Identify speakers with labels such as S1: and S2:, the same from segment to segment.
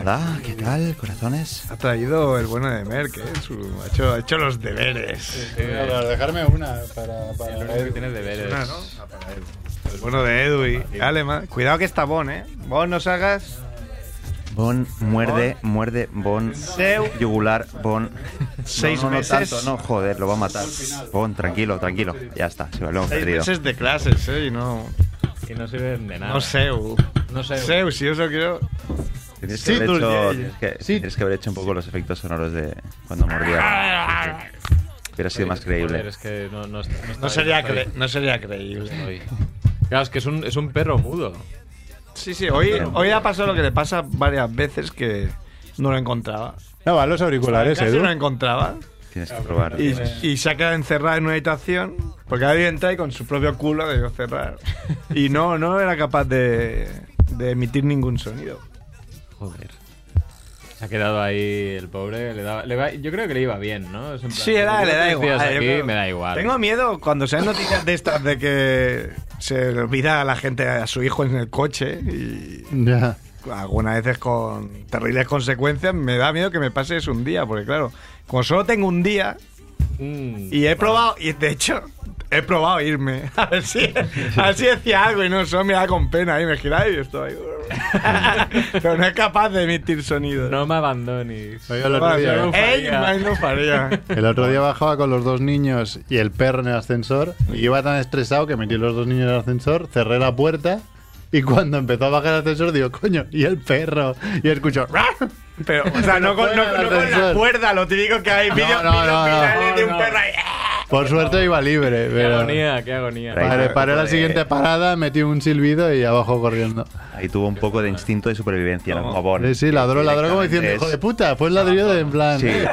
S1: Hola, ¿qué tal, corazones?
S2: Ha traído el bueno de Merck, ¿eh? Su- ha, hecho, ha hecho los deberes.
S3: Para dejarme una para, para
S4: Lo único que tiene deberes.
S2: Una, ¿no? El bueno de Edwy. Alema. Cuidado que está Bon, ¿eh? Bon, no hagas.
S1: Bon, muerde, muerde, Bon,
S2: Seu.
S1: yugular, Bon.
S2: Seis
S1: no, no, no
S2: meses.
S1: tanto, no, joder, lo va a matar. Bon, tranquilo, tranquilo. Ya está, se lo hemos
S2: Seis
S1: perdido.
S2: meses de clases, ¿eh? Y no.
S4: Y no sirven de nada.
S2: No Seu.
S4: No sé.
S2: Seu, si yo eso quiero.
S1: Tienes
S2: Sí,
S1: que, haber
S2: tú, eh,
S1: hecho,
S2: sí.
S1: tienes que- tienes que haber hecho un poco los efectos sonoros de cuando
S2: Ah.
S1: mordía. Hubiera sido más
S4: Joder,
S1: creíble.
S4: es que no, no, está- está
S2: No
S4: ahí,
S2: sería,
S4: no está ahí.
S2: cre- no sería creíble.
S4: Hoy. Claro, es que es un, es un perro mudo.
S2: Sí, sí, hoy, hoy ha pasado lo que le pasa varias veces que no lo encontraba.
S3: No, van los auriculares,
S2: Casi
S3: Edu.
S2: no lo encontraba.
S1: Tienes que probar.
S2: Y, y se ha quedado encerrada en una habitación porque alguien entra y con su propio culo debió cerrar. Y no, no era capaz de, de emitir ningún sonido.
S4: Joder. Se ha quedado ahí el pobre. Le daba, le va- yo creo que le iba bien, ¿no? Es en plan,
S2: Sí, era,
S4: si
S2: le
S4: tú
S2: da
S4: te
S2: igual.
S4: decías
S2: yo
S4: aquí,
S2: creo-
S4: me da igual.
S2: Tengo miedo cuando se dan noticias de estas de que se olvida a la gente, a su hijo en el coche y
S3: Ya.
S2: algunas veces con terribles consecuencias, me da miedo que me pase eso un día, porque claro, como solo tengo un día
S4: Mm,
S2: y he probado, y de hecho, he probado irme, a ver si, a ver si decía algo y no, solo miraba con pena y me giraba y yo estaba ahí. Pero no es capaz de emitir sonido. Ah,
S4: No me abandones.
S3: Oye, el otro día, ¿eh?
S4: Vale,
S2: Ey, ay, no faría.
S3: El otro día bajaba con los dos niños y el perro en el ascensor y iba tan estresado que metí los dos niños en el ascensor, cerré la puerta y cuando empezó a bajar el ascensor digo, coño, y el perro. Y escucho... "Ruah".
S2: Pero, o sea, no con, no- no con la cuerda, lo típico que hay
S3: No,
S2: vídeos
S3: no,
S2: vídeos
S3: no, no.
S2: virales de
S4: No,
S2: un
S4: no.
S2: perro ahí.
S3: Por suerte iba libre,
S4: Qué
S3: pero...
S4: agonía, qué agonía.
S1: Vale.
S3: Paré, paré la siguiente parada, metí un silbido y abajo corriendo.
S1: Ahí tuvo un poco de instinto de supervivencia, ¿no? Como Bon.
S3: Sí, sí, ladró, ladró como diciendo,
S1: Es-
S3: hijo de puta, fue el ladrillo de en plan...
S1: Sí.
S3: "Eh".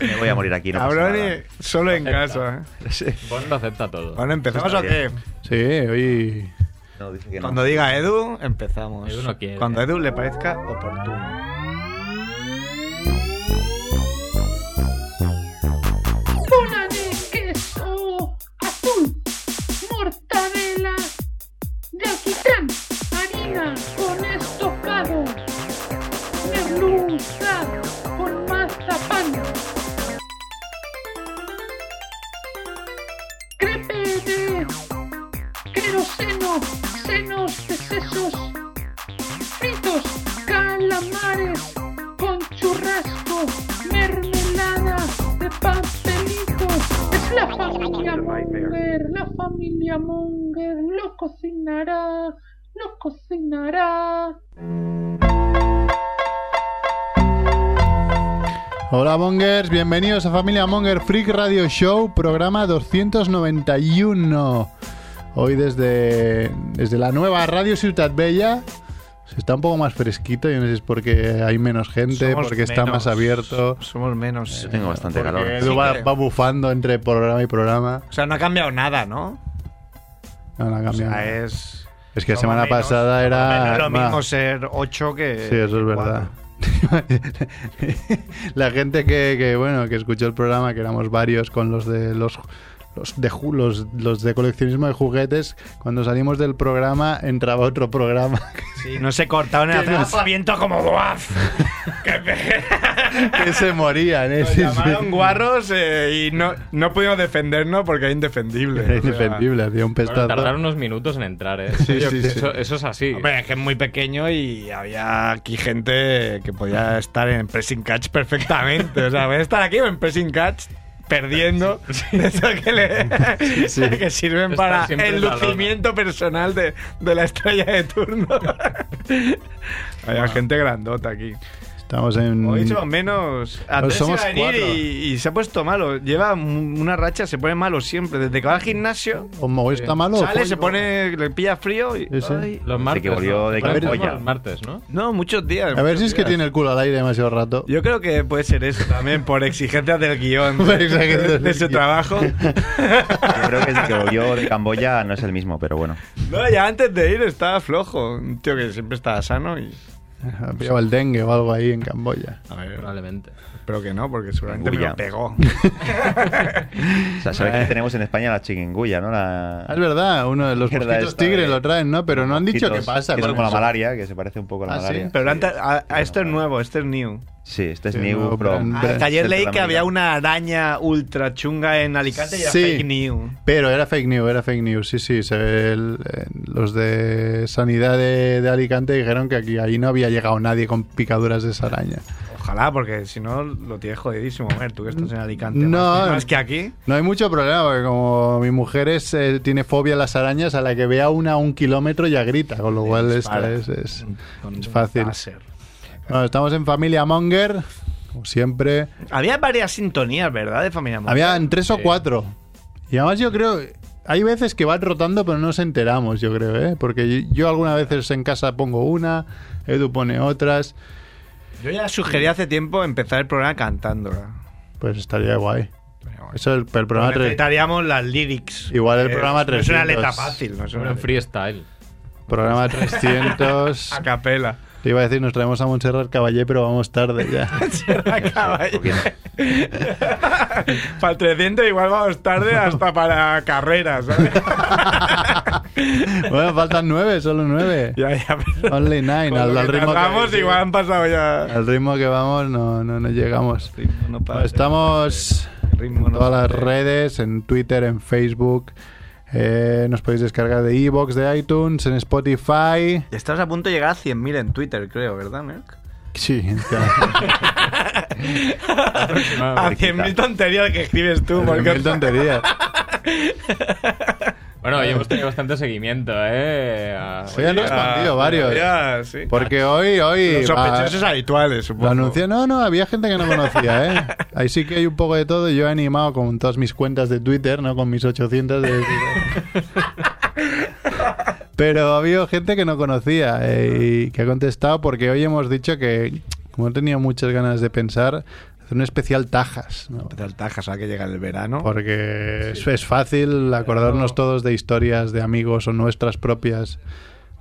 S1: Me voy a morir aquí, no pasa
S2: Cabrón,
S1: nada.
S2: y solo en casa. ¿eh?
S4: Bon lo acepta todo.
S2: Bueno, ¿empezamos o
S1: Está
S2: qué?
S1: bien.
S3: Sí, oye...
S1: No, dice que no.
S2: Cuando diga Edu, empezamos.
S4: Edu no quiere.
S2: pues, Cuando a Edu le parezca oportuno.
S5: una de queso azul, mortadela de alquitrán, harina con estofado, merluza con mazapán, crepe de queroseno, senos de sesos, fritos, calamares con churrasco, mermelada de pastelitos. Es la familia Munger, la familia Munger lo cocinará, lo cocinará.
S3: Hola Mongers, bienvenidos a Familia Monger Freak Radio Show, programa 291. Hoy desde, desde la nueva Radio Ciudad Bella. Se está un poco más fresquito, yo no sé si es porque hay menos gente,
S2: Somos
S3: porque está
S2: menos.
S3: más abierto.
S2: Somos menos.
S1: Yo tengo bastante calor.
S3: Porque Edu va,
S2: que-
S3: va bufando entre programa y programa.
S2: O sea, no ha cambiado nada, ¿no?
S3: No, no ha
S2: O
S3: cambiado.
S2: sea,
S3: es,
S2: es.
S3: que la
S2: lo
S3: semana
S2: menos-
S3: pasada era...
S2: lo
S3: va,
S2: mismo ser 8 que.
S3: Sí, eso es verdad. la gente que, que, bueno que escuchó el programa, que éramos varios con los de los los de ju- los, los de coleccionismo de juguetes, cuando salimos del programa entraba otro programa
S2: Sí, no se cortaron el
S3: Que no
S2: brazo
S3: se-
S2: viento como guaf. Que me-
S3: que se morían, ¿eh?
S2: Nos
S3: Sí, sí.
S2: llamaron guarros eh, y no, no pudimos defendernos porque era indefendible.
S3: Era
S2: o sea.
S3: indefendible, hacía un
S4: Bueno, tardaron
S3: pestazo.
S4: unos minutos en entrar, ¿eh?
S3: Sí,
S4: Yo-
S3: sí, sí.
S4: Eso, eso es así.
S2: Hombre, es que es muy pequeño y había aquí gente que podía estar en pressing catch perfectamente. O sea, voy a estar aquí en pressing catch perdiendo de eso que, le- que sirven
S4: Está
S2: para
S4: siempre
S2: el
S4: en la lona.
S2: lucimiento personal de, de la estrella de turno. Había gente grandota aquí.
S3: Estamos
S4: Mm.
S3: en
S2: Hoy somos menos.
S4: Pues
S2: Andrés
S3: somos
S2: iba a venir
S3: cuatro.
S2: y, y se ha puesto malo. Lleva un- una racha, se pone malo siempre. Desde que va al gimnasio,
S3: o Mogollón está malo.
S2: sale,
S3: Follo.
S2: se pone, le pilla frío y.
S3: Sí, sí.
S2: ay.
S4: Los martes.
S1: que volvió
S4: ¿no?
S1: de
S4: Parece
S1: Camboya.
S4: como Los martes, ¿no?
S2: No, muchos días.
S3: A ver si es
S2: muchos
S3: que
S2: días.
S3: tiene el culo al aire demasiado rato.
S2: Yo creo que puede ser eso también, por exigencias del guión.
S3: Por
S2: De,
S3: exigencias
S2: de-
S3: del
S2: de su
S3: guión.
S2: trabajo.
S1: Yo creo que el que volvió de Camboya no es el mismo, pero bueno.
S2: No, ya antes de ir estaba flojo. Un tío que siempre estaba sano y.
S3: Ha pillado el dengue o algo ahí en Camboya.
S2: A ver,
S4: Probablemente.
S2: espero que no, porque seguramente me
S1: Uy, ya.
S2: lo pegó.
S1: O sea,
S3: Eh.
S1: sabes que tenemos en España la chikungunya, ¿no? La...
S3: Es verdad, uno de los
S1: Mierda
S3: mosquitos
S1: esta,
S3: tigre
S1: eh.
S3: lo traen, ¿no? Pero no han dicho qué
S1: mosquitos,
S3: pasa.
S1: Que es
S3: con
S1: como la
S3: eso.
S1: malaria, que se parece un poco a la
S3: Ah, ¿sí?
S1: malaria.
S2: Pero antes, a, a
S1: Sí,
S2: esto es
S1: no,
S2: nuevo, este es new.
S1: Sí, este es
S3: Sí,
S1: New
S3: no,
S1: Pro.
S3: pero-
S2: Hasta ayer
S1: Este
S2: leí que
S1: programa ya.
S2: había una araña ultra chunga en Alicante y era
S3: Sí.
S2: fake new.
S3: Pero era fake news, era fake news, sí, sí. Se ve el- eh, los de Sanidad de, de Alicante dijeron que aquí ahí no había llegado nadie con picaduras de esa araña.
S2: Ojalá, porque si no lo tienes jodidísimo, Mer, tú que estás en Alicante.
S3: No.
S2: más, más que aquí.
S3: No hay mucho problema, porque como mi mujer es, eh, tiene fobia a las arañas, a la que vea una a un kilómetro ya grita, con lo cual esta
S2: Dispara.
S3: es, es-
S2: Con
S3: es
S2: un
S3: fácil.
S2: láser.
S3: Bueno, estamos en Familia Monger, como siempre.
S2: Había varias sintonías, ¿verdad? De familia Monger.
S3: Habían tres o
S2: eh,
S3: cuatro. Y además yo creo... Hay veces que van rotando, pero no nos enteramos, yo creo, ¿eh? Porque yo, yo algunas veces en casa pongo una, Edu pone otras,
S2: Yo ya sugerí hace tiempo empezar el programa cantándola.
S3: pues estaría guay.
S2: Pero bueno.
S3: Eso el, el programa... tre-
S2: Necesitaríamos las lyrics.
S3: Igual el
S2: Eh,
S3: programa
S2: No es una
S3: 300.
S2: letra fácil, no es una
S4: Un freestyle.
S2: pues,
S3: programa 300...
S2: A capela.
S3: Te iba a decir, nos traemos a Montserrat Caballé, pero vamos tarde ya.
S2: Acaba ahí.
S1: Porque-
S2: para el 300 igual vamos tarde hasta para carreras, ¿sabes?
S3: bueno, faltan nueve, solo nueve.
S2: ya, ya, pero-
S3: Only nine,
S2: con
S3: al,
S2: lo
S3: al
S2: que
S3: ritmo
S2: tardamos
S3: que,
S2: igual han pasado ya.
S3: al ritmo que vamos no, no, no llegamos.
S2: Ritmo no para.
S3: Estamos
S2: Ritmo
S3: en
S2: no
S3: todas las
S2: para.
S3: redes, en Twitter, en Facebook. Eh, nos podéis descargar de Evox, de iTunes, en Spotify.
S2: Estás a punto de llegar a 100.000 en Twitter, creo, ¿verdad, Merck?
S3: Sí, claro.
S2: A 100.000 tonterías que escribes tú, porque
S3: Mil tonterías.
S4: Bueno, hoy hemos tenido bastante seguimiento, ¿eh? A-
S3: Hoy han respondido varios.
S2: Ya, sí.
S3: Porque hoy, hoy.
S2: Los
S3: va-
S2: sospechosos habituales,
S3: Lo
S2: supongo.
S3: anuncié, no, no, había gente que no conocía, ¿eh? Ahí sí que hay un poco de todo. Yo he animado con todas mis cuentas de Twitter, ¿no? Con mis 800 de Pero ha habido gente que no conocía eh, y que ha contestado porque hoy hemos dicho que, como he tenido muchas ganas de pensar, hacer un especial tajas, ¿no?
S2: Te altajas a que llega el verano.
S3: Porque es- es fácil acordarnos todos de historias de amigos o nuestras propias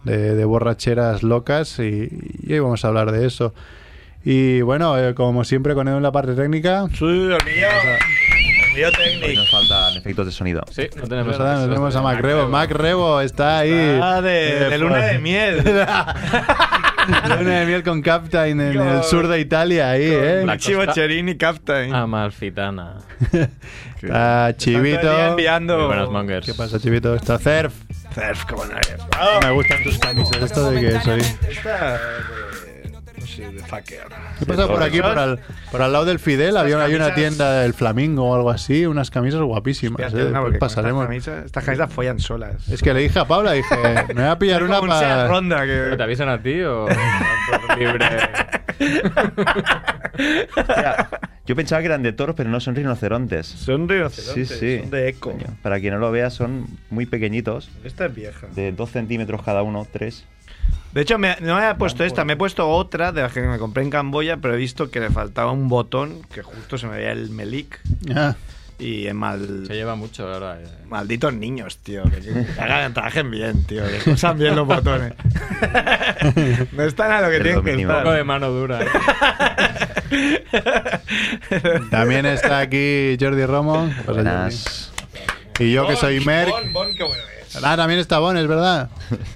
S3: de, de borracheras locas y, y hoy vamos a hablar de eso. Y bueno, eh, como siempre con Edu en la parte técnica,
S2: Sí, el mío. El mío
S1: Hoy
S2: técnico.
S1: nos faltan efectos de sonido.
S4: Sí, no
S3: es
S4: tenemos
S3: verdad, nos vemos a Mac Rebo. Mac Rebo está ahí.
S2: Ah, de,
S3: Eh,
S2: de luna de miel.
S3: Ah, de luna de miel con Captain en el
S2: Con-
S3: sur de Italia ahí, ¿eh?
S4: la
S2: Chivo
S4: costa-
S2: Cherini Captain.
S3: Ah,
S4: Amalfitana.
S3: Está
S2: Están todo el día
S3: Chivito.
S2: enviando.
S4: Muy buenas, mongers.
S3: ¿Qué pasa, Chivito? Está Cerf.
S2: Surf, como no eres.
S3: Me gustan tus camisas. ¿Esto de qué soy?
S2: Esta, eh, no sé, de fucker.
S3: ¿Qué pasa por aquí, por al, por al lado del Fidel? Había una, hay una tienda del Flamingo o algo así, unas camisas guapísimas.
S2: Espérate,
S3: ¿eh?
S2: una,
S3: Después
S2: porque con
S3: pasaremos.
S2: Estas camisas, estas camisas follan solas.
S3: Es que le dije a Paula, dije, me voy a pillar
S2: Soy
S3: una
S2: como un Seat
S3: para...
S2: Ronda
S4: ¿Pero ¿Te
S2: que...
S4: avisan a ti o por libre?
S1: Hostia, yo pensaba que eran de toros, pero no son rinocerontes.
S2: Son
S1: Sí,
S2: rinocerontes,
S1: sí.
S2: son de eco.
S1: Coño, Para quien no lo vea, son muy pequeñitos,
S2: Esta es vieja.
S1: de 2 centímetros cada uno, 3.
S2: De hecho, me- no me he puesto esta, me he puesto otra de la que me compré en Camboya, pero he visto que le faltaba un botón que justo se me veía el Melik.
S3: Ah,
S2: Y es mal.
S4: Se lleva mucho, la verdad. eh.
S2: Malditos niños, tío. Que sí, que hagan- trabajen bien, tío. Que usan bien los botones. no están a lo que
S1: Es
S2: tienen
S1: lo
S2: que
S1: mínimo.
S4: Un poco
S2: estar.
S4: de mano dura. ¿eh?
S3: También está aquí Jordi Romo. ¿Qué pasa,
S1: Buenas.
S3: Jordi? Y yo que soy Merck.
S2: pues, Bon, bon, qué bueno es.
S3: Ah, también está Bon, es verdad.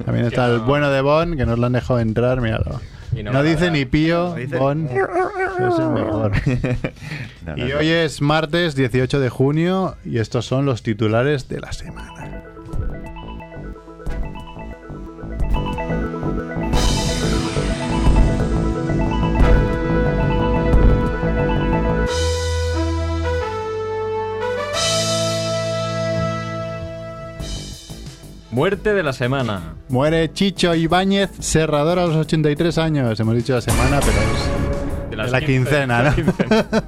S3: También está el bueno de Bon, que nos lo han dejado entrar, míralo.
S4: Y
S3: No dice ni pío,
S2: dice-
S3: Bon. Es el mejor.
S1: No, no,
S3: Y
S1: no.
S3: hoy es martes 18 de junio y estos son los titulares de la semana.
S4: Muerte de la semana.
S3: Muere Chicho Ibáñez, cerrador a los 83 años. Hemos dicho la semana, pero es
S4: De
S3: de la quincena, ¿no?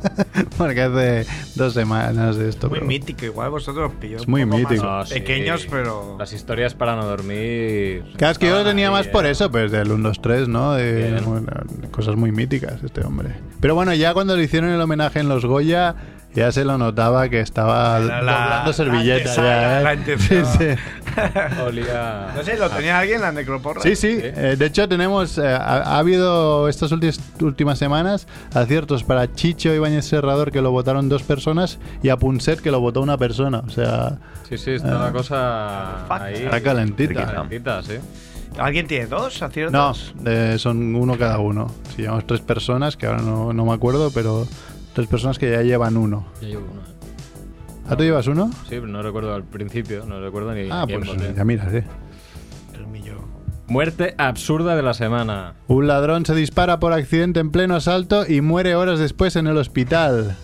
S3: Porque hace dos semanas de esto.
S2: Muy
S3: pero-
S2: mítico, igual vosotros os pilló.
S3: Es
S2: un
S3: muy
S2: poco más
S3: mítico.
S4: No, sí.
S2: Pequeños, pero.
S4: Las historias para no dormir.
S3: Claro, es que yo lo
S4: Estaban
S3: tenía
S4: ahí,
S3: más
S4: eh.
S3: por eso, pues del 1, 2, 3, ¿no? De,
S4: Bien.
S3: bueno, cosas muy míticas, este hombre. Pero bueno, ya cuando le hicieron el homenaje en los Goya, Ya se lo notaba que estaba doblando servilletas.
S2: antesaga,
S3: ya, ¿eh?
S2: la antesaga.
S3: Sí, sí.
S4: Olía.
S2: No sé, ¿lo tenía alguien la necroporra?
S3: Ah. Sí, sí. Eh, de hecho, tenemos. eh, ha, ha habido estas ultis- últimas semanas aciertos para Chicho Ibáñez Serrador, que lo votaron dos personas, y a Punset, que lo votó una persona. O sea,
S4: Sí, sí, está la cosa ahí.
S3: Ah. está calentita.
S4: Calentita, sí.
S2: ¿Alguien tiene dos
S3: No,
S2: aciertos?
S3: eh, son uno cada uno. Si llevamos tres personas, que ahora no, no me acuerdo, pero tres personas que ya llevan uno.
S4: Yo llevo una.
S3: ¿Ah, tú llevas uno?
S4: Sí, pero no recuerdo al principio, no recuerdo ni.
S3: Ah,
S4: quién
S3: pues
S4: voté.
S3: ya mira, sí.
S4: Muerte absurda de la semana.
S3: Un ladrón se dispara por accidente en pleno asalto y muere horas después en el hospital.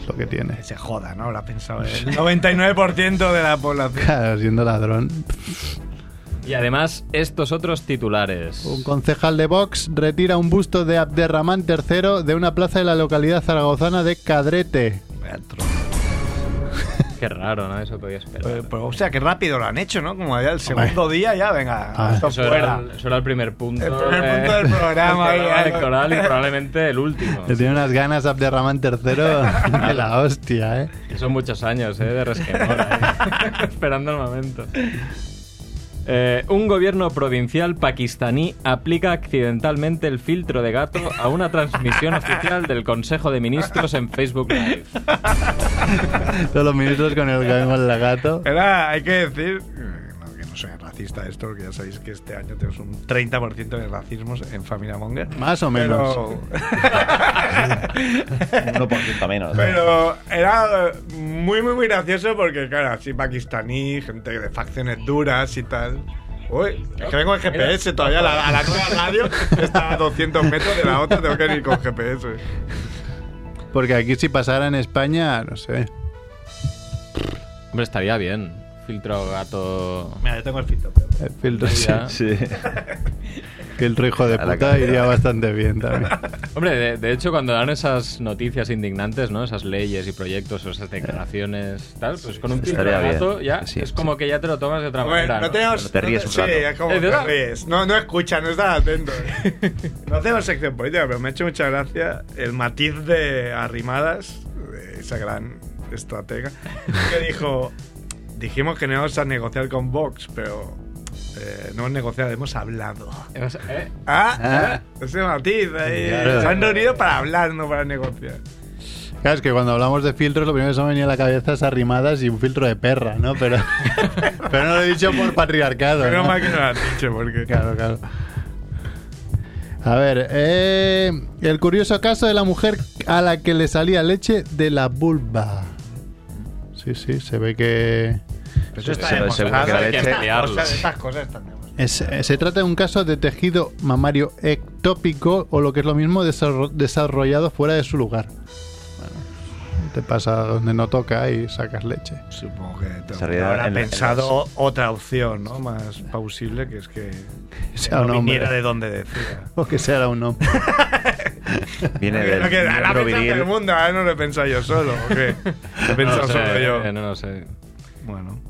S3: Es lo que tiene.
S2: Que Se joda, ¿no? Lo ha pensado el 99% de la población.
S3: Claro, siendo ladrón.
S4: Y además, estos otros titulares.
S3: Un concejal de Vox retira un busto de Abderramán III de una plaza de la localidad zaragozana de Cadrete.
S4: Qué raro, ¿no? Eso podía esperar.
S2: Pues- pues, o sea, que rápido lo han hecho, ¿no? Como ya el segundo día, ya, venga,
S3: Ah,
S2: esto
S4: eso, era,
S2: fuera.
S4: el- eso era el primer punto.
S2: El primer
S4: de-
S2: punto del programa,
S4: del programa
S2: ahí, ahí.
S4: electoral y probablemente el último.
S3: Le tiene unas ganas Abderramán III de la hostia, ¿eh?
S4: Que Son muchos años, ¿eh? De resquemor. ahí. Esperando el momento. Eh, un gobierno provincial pakistaní aplica accidentalmente el filtro de gato a una transmisión oficial del Consejo de Ministros en Facebook Live.
S3: Todos los ministros con el con la gato.
S2: Era, hay que decir eh, no, que no soy racista esto, porque ya sabéis que este año tenemos un 30% de racismos en Familia Monger.
S3: Más o menos.
S2: Pero,
S1: 1% menos.
S2: Pero era eh, muy, muy, muy gracioso porque, claro, así pakistaní, gente de facciones duras y tal. Uy, es que vengo en GPS todavía, la, a la nueva radio está a 200 metros de la otra, tengo que ir con GPS.
S3: Porque aquí si pasara en España, no sé.
S4: Hombre, estaría bien. Filtro gato.
S2: Mira, yo tengo el filtro.
S3: El filtro, sí.
S4: Ya.
S1: Sí.
S3: Que el hijo de
S1: A la
S3: puta
S1: cabeza.
S3: iría bastante bien también.
S4: Hombre, de, de hecho, cuando dan esas noticias indignantes, ¿no? Esas leyes y proyectos o esas declaraciones, tal, pues con un filtro de
S1: Estaría bien.
S4: gato ya
S1: Sí,
S4: es
S1: sí.
S4: como que ya te lo tomas de otra
S2: Bueno,
S4: manera.
S2: no
S4: ¿no?
S2: tenemos.
S1: Ah, Pero te ríes
S2: no
S1: un
S2: te-
S1: rato.
S2: Sí, es como
S4: Eh,
S2: te
S4: ¿verdad?
S2: ríes. No, no escucha, no estás atento. No hacemos sección política, pero me ha hecho mucha gracia el matiz de Arrimadas, de esa gran estratega, que dijo: Dijimos que no íbamos a negociar con Vox, pero eh, no hemos negociado, hemos hablado.
S4: O sea, ¿eh?
S2: Ah, ese matiz ahí.
S3: Claro.
S2: Se han reunido para hablar, no para negociar.
S3: Claro, es que cuando hablamos de filtros, lo primero que se me ha venido a la cabeza es arrimadas y un filtro de perra, ¿no? Pero, pero no lo he dicho por patriarcado.
S2: Pero
S3: ¿no?
S2: mal que no lo han dicho, porque.
S3: Claro, claro. A ver, eh, el curioso caso de la mujer a la que le salía leche de la vulva. Sí, sí, se ve que...
S2: Eso está
S1: se- se-
S2: demostrado.
S1: que la leche-
S2: O sea, estas cosas están demostradas.
S3: Es- eh, se trata de un caso de tejido mamario ectópico o lo que es lo mismo desarro- desarrollado fuera de su lugar. Bueno, te pasa donde no toca y sacas leche.
S2: Supongo que te-
S1: Desarrollada
S2: habrá
S1: en la- en
S2: pensado otra opción, ¿no? Más plausible, que es que
S3: sea
S2: no
S3: un hombre.
S2: viniera de donde decía.
S3: O que sea un hombre.
S1: Viene
S2: Que-
S1: del
S2: que la la
S1: miembro
S2: pensado todo
S1: viril.
S2: el mundo, ¿eh? No lo he pensado yo solo, ¿o qué? Lo he pensado
S4: no lo
S2: solo
S4: sé,
S2: yo.
S4: eh, no lo sé.
S2: Bueno.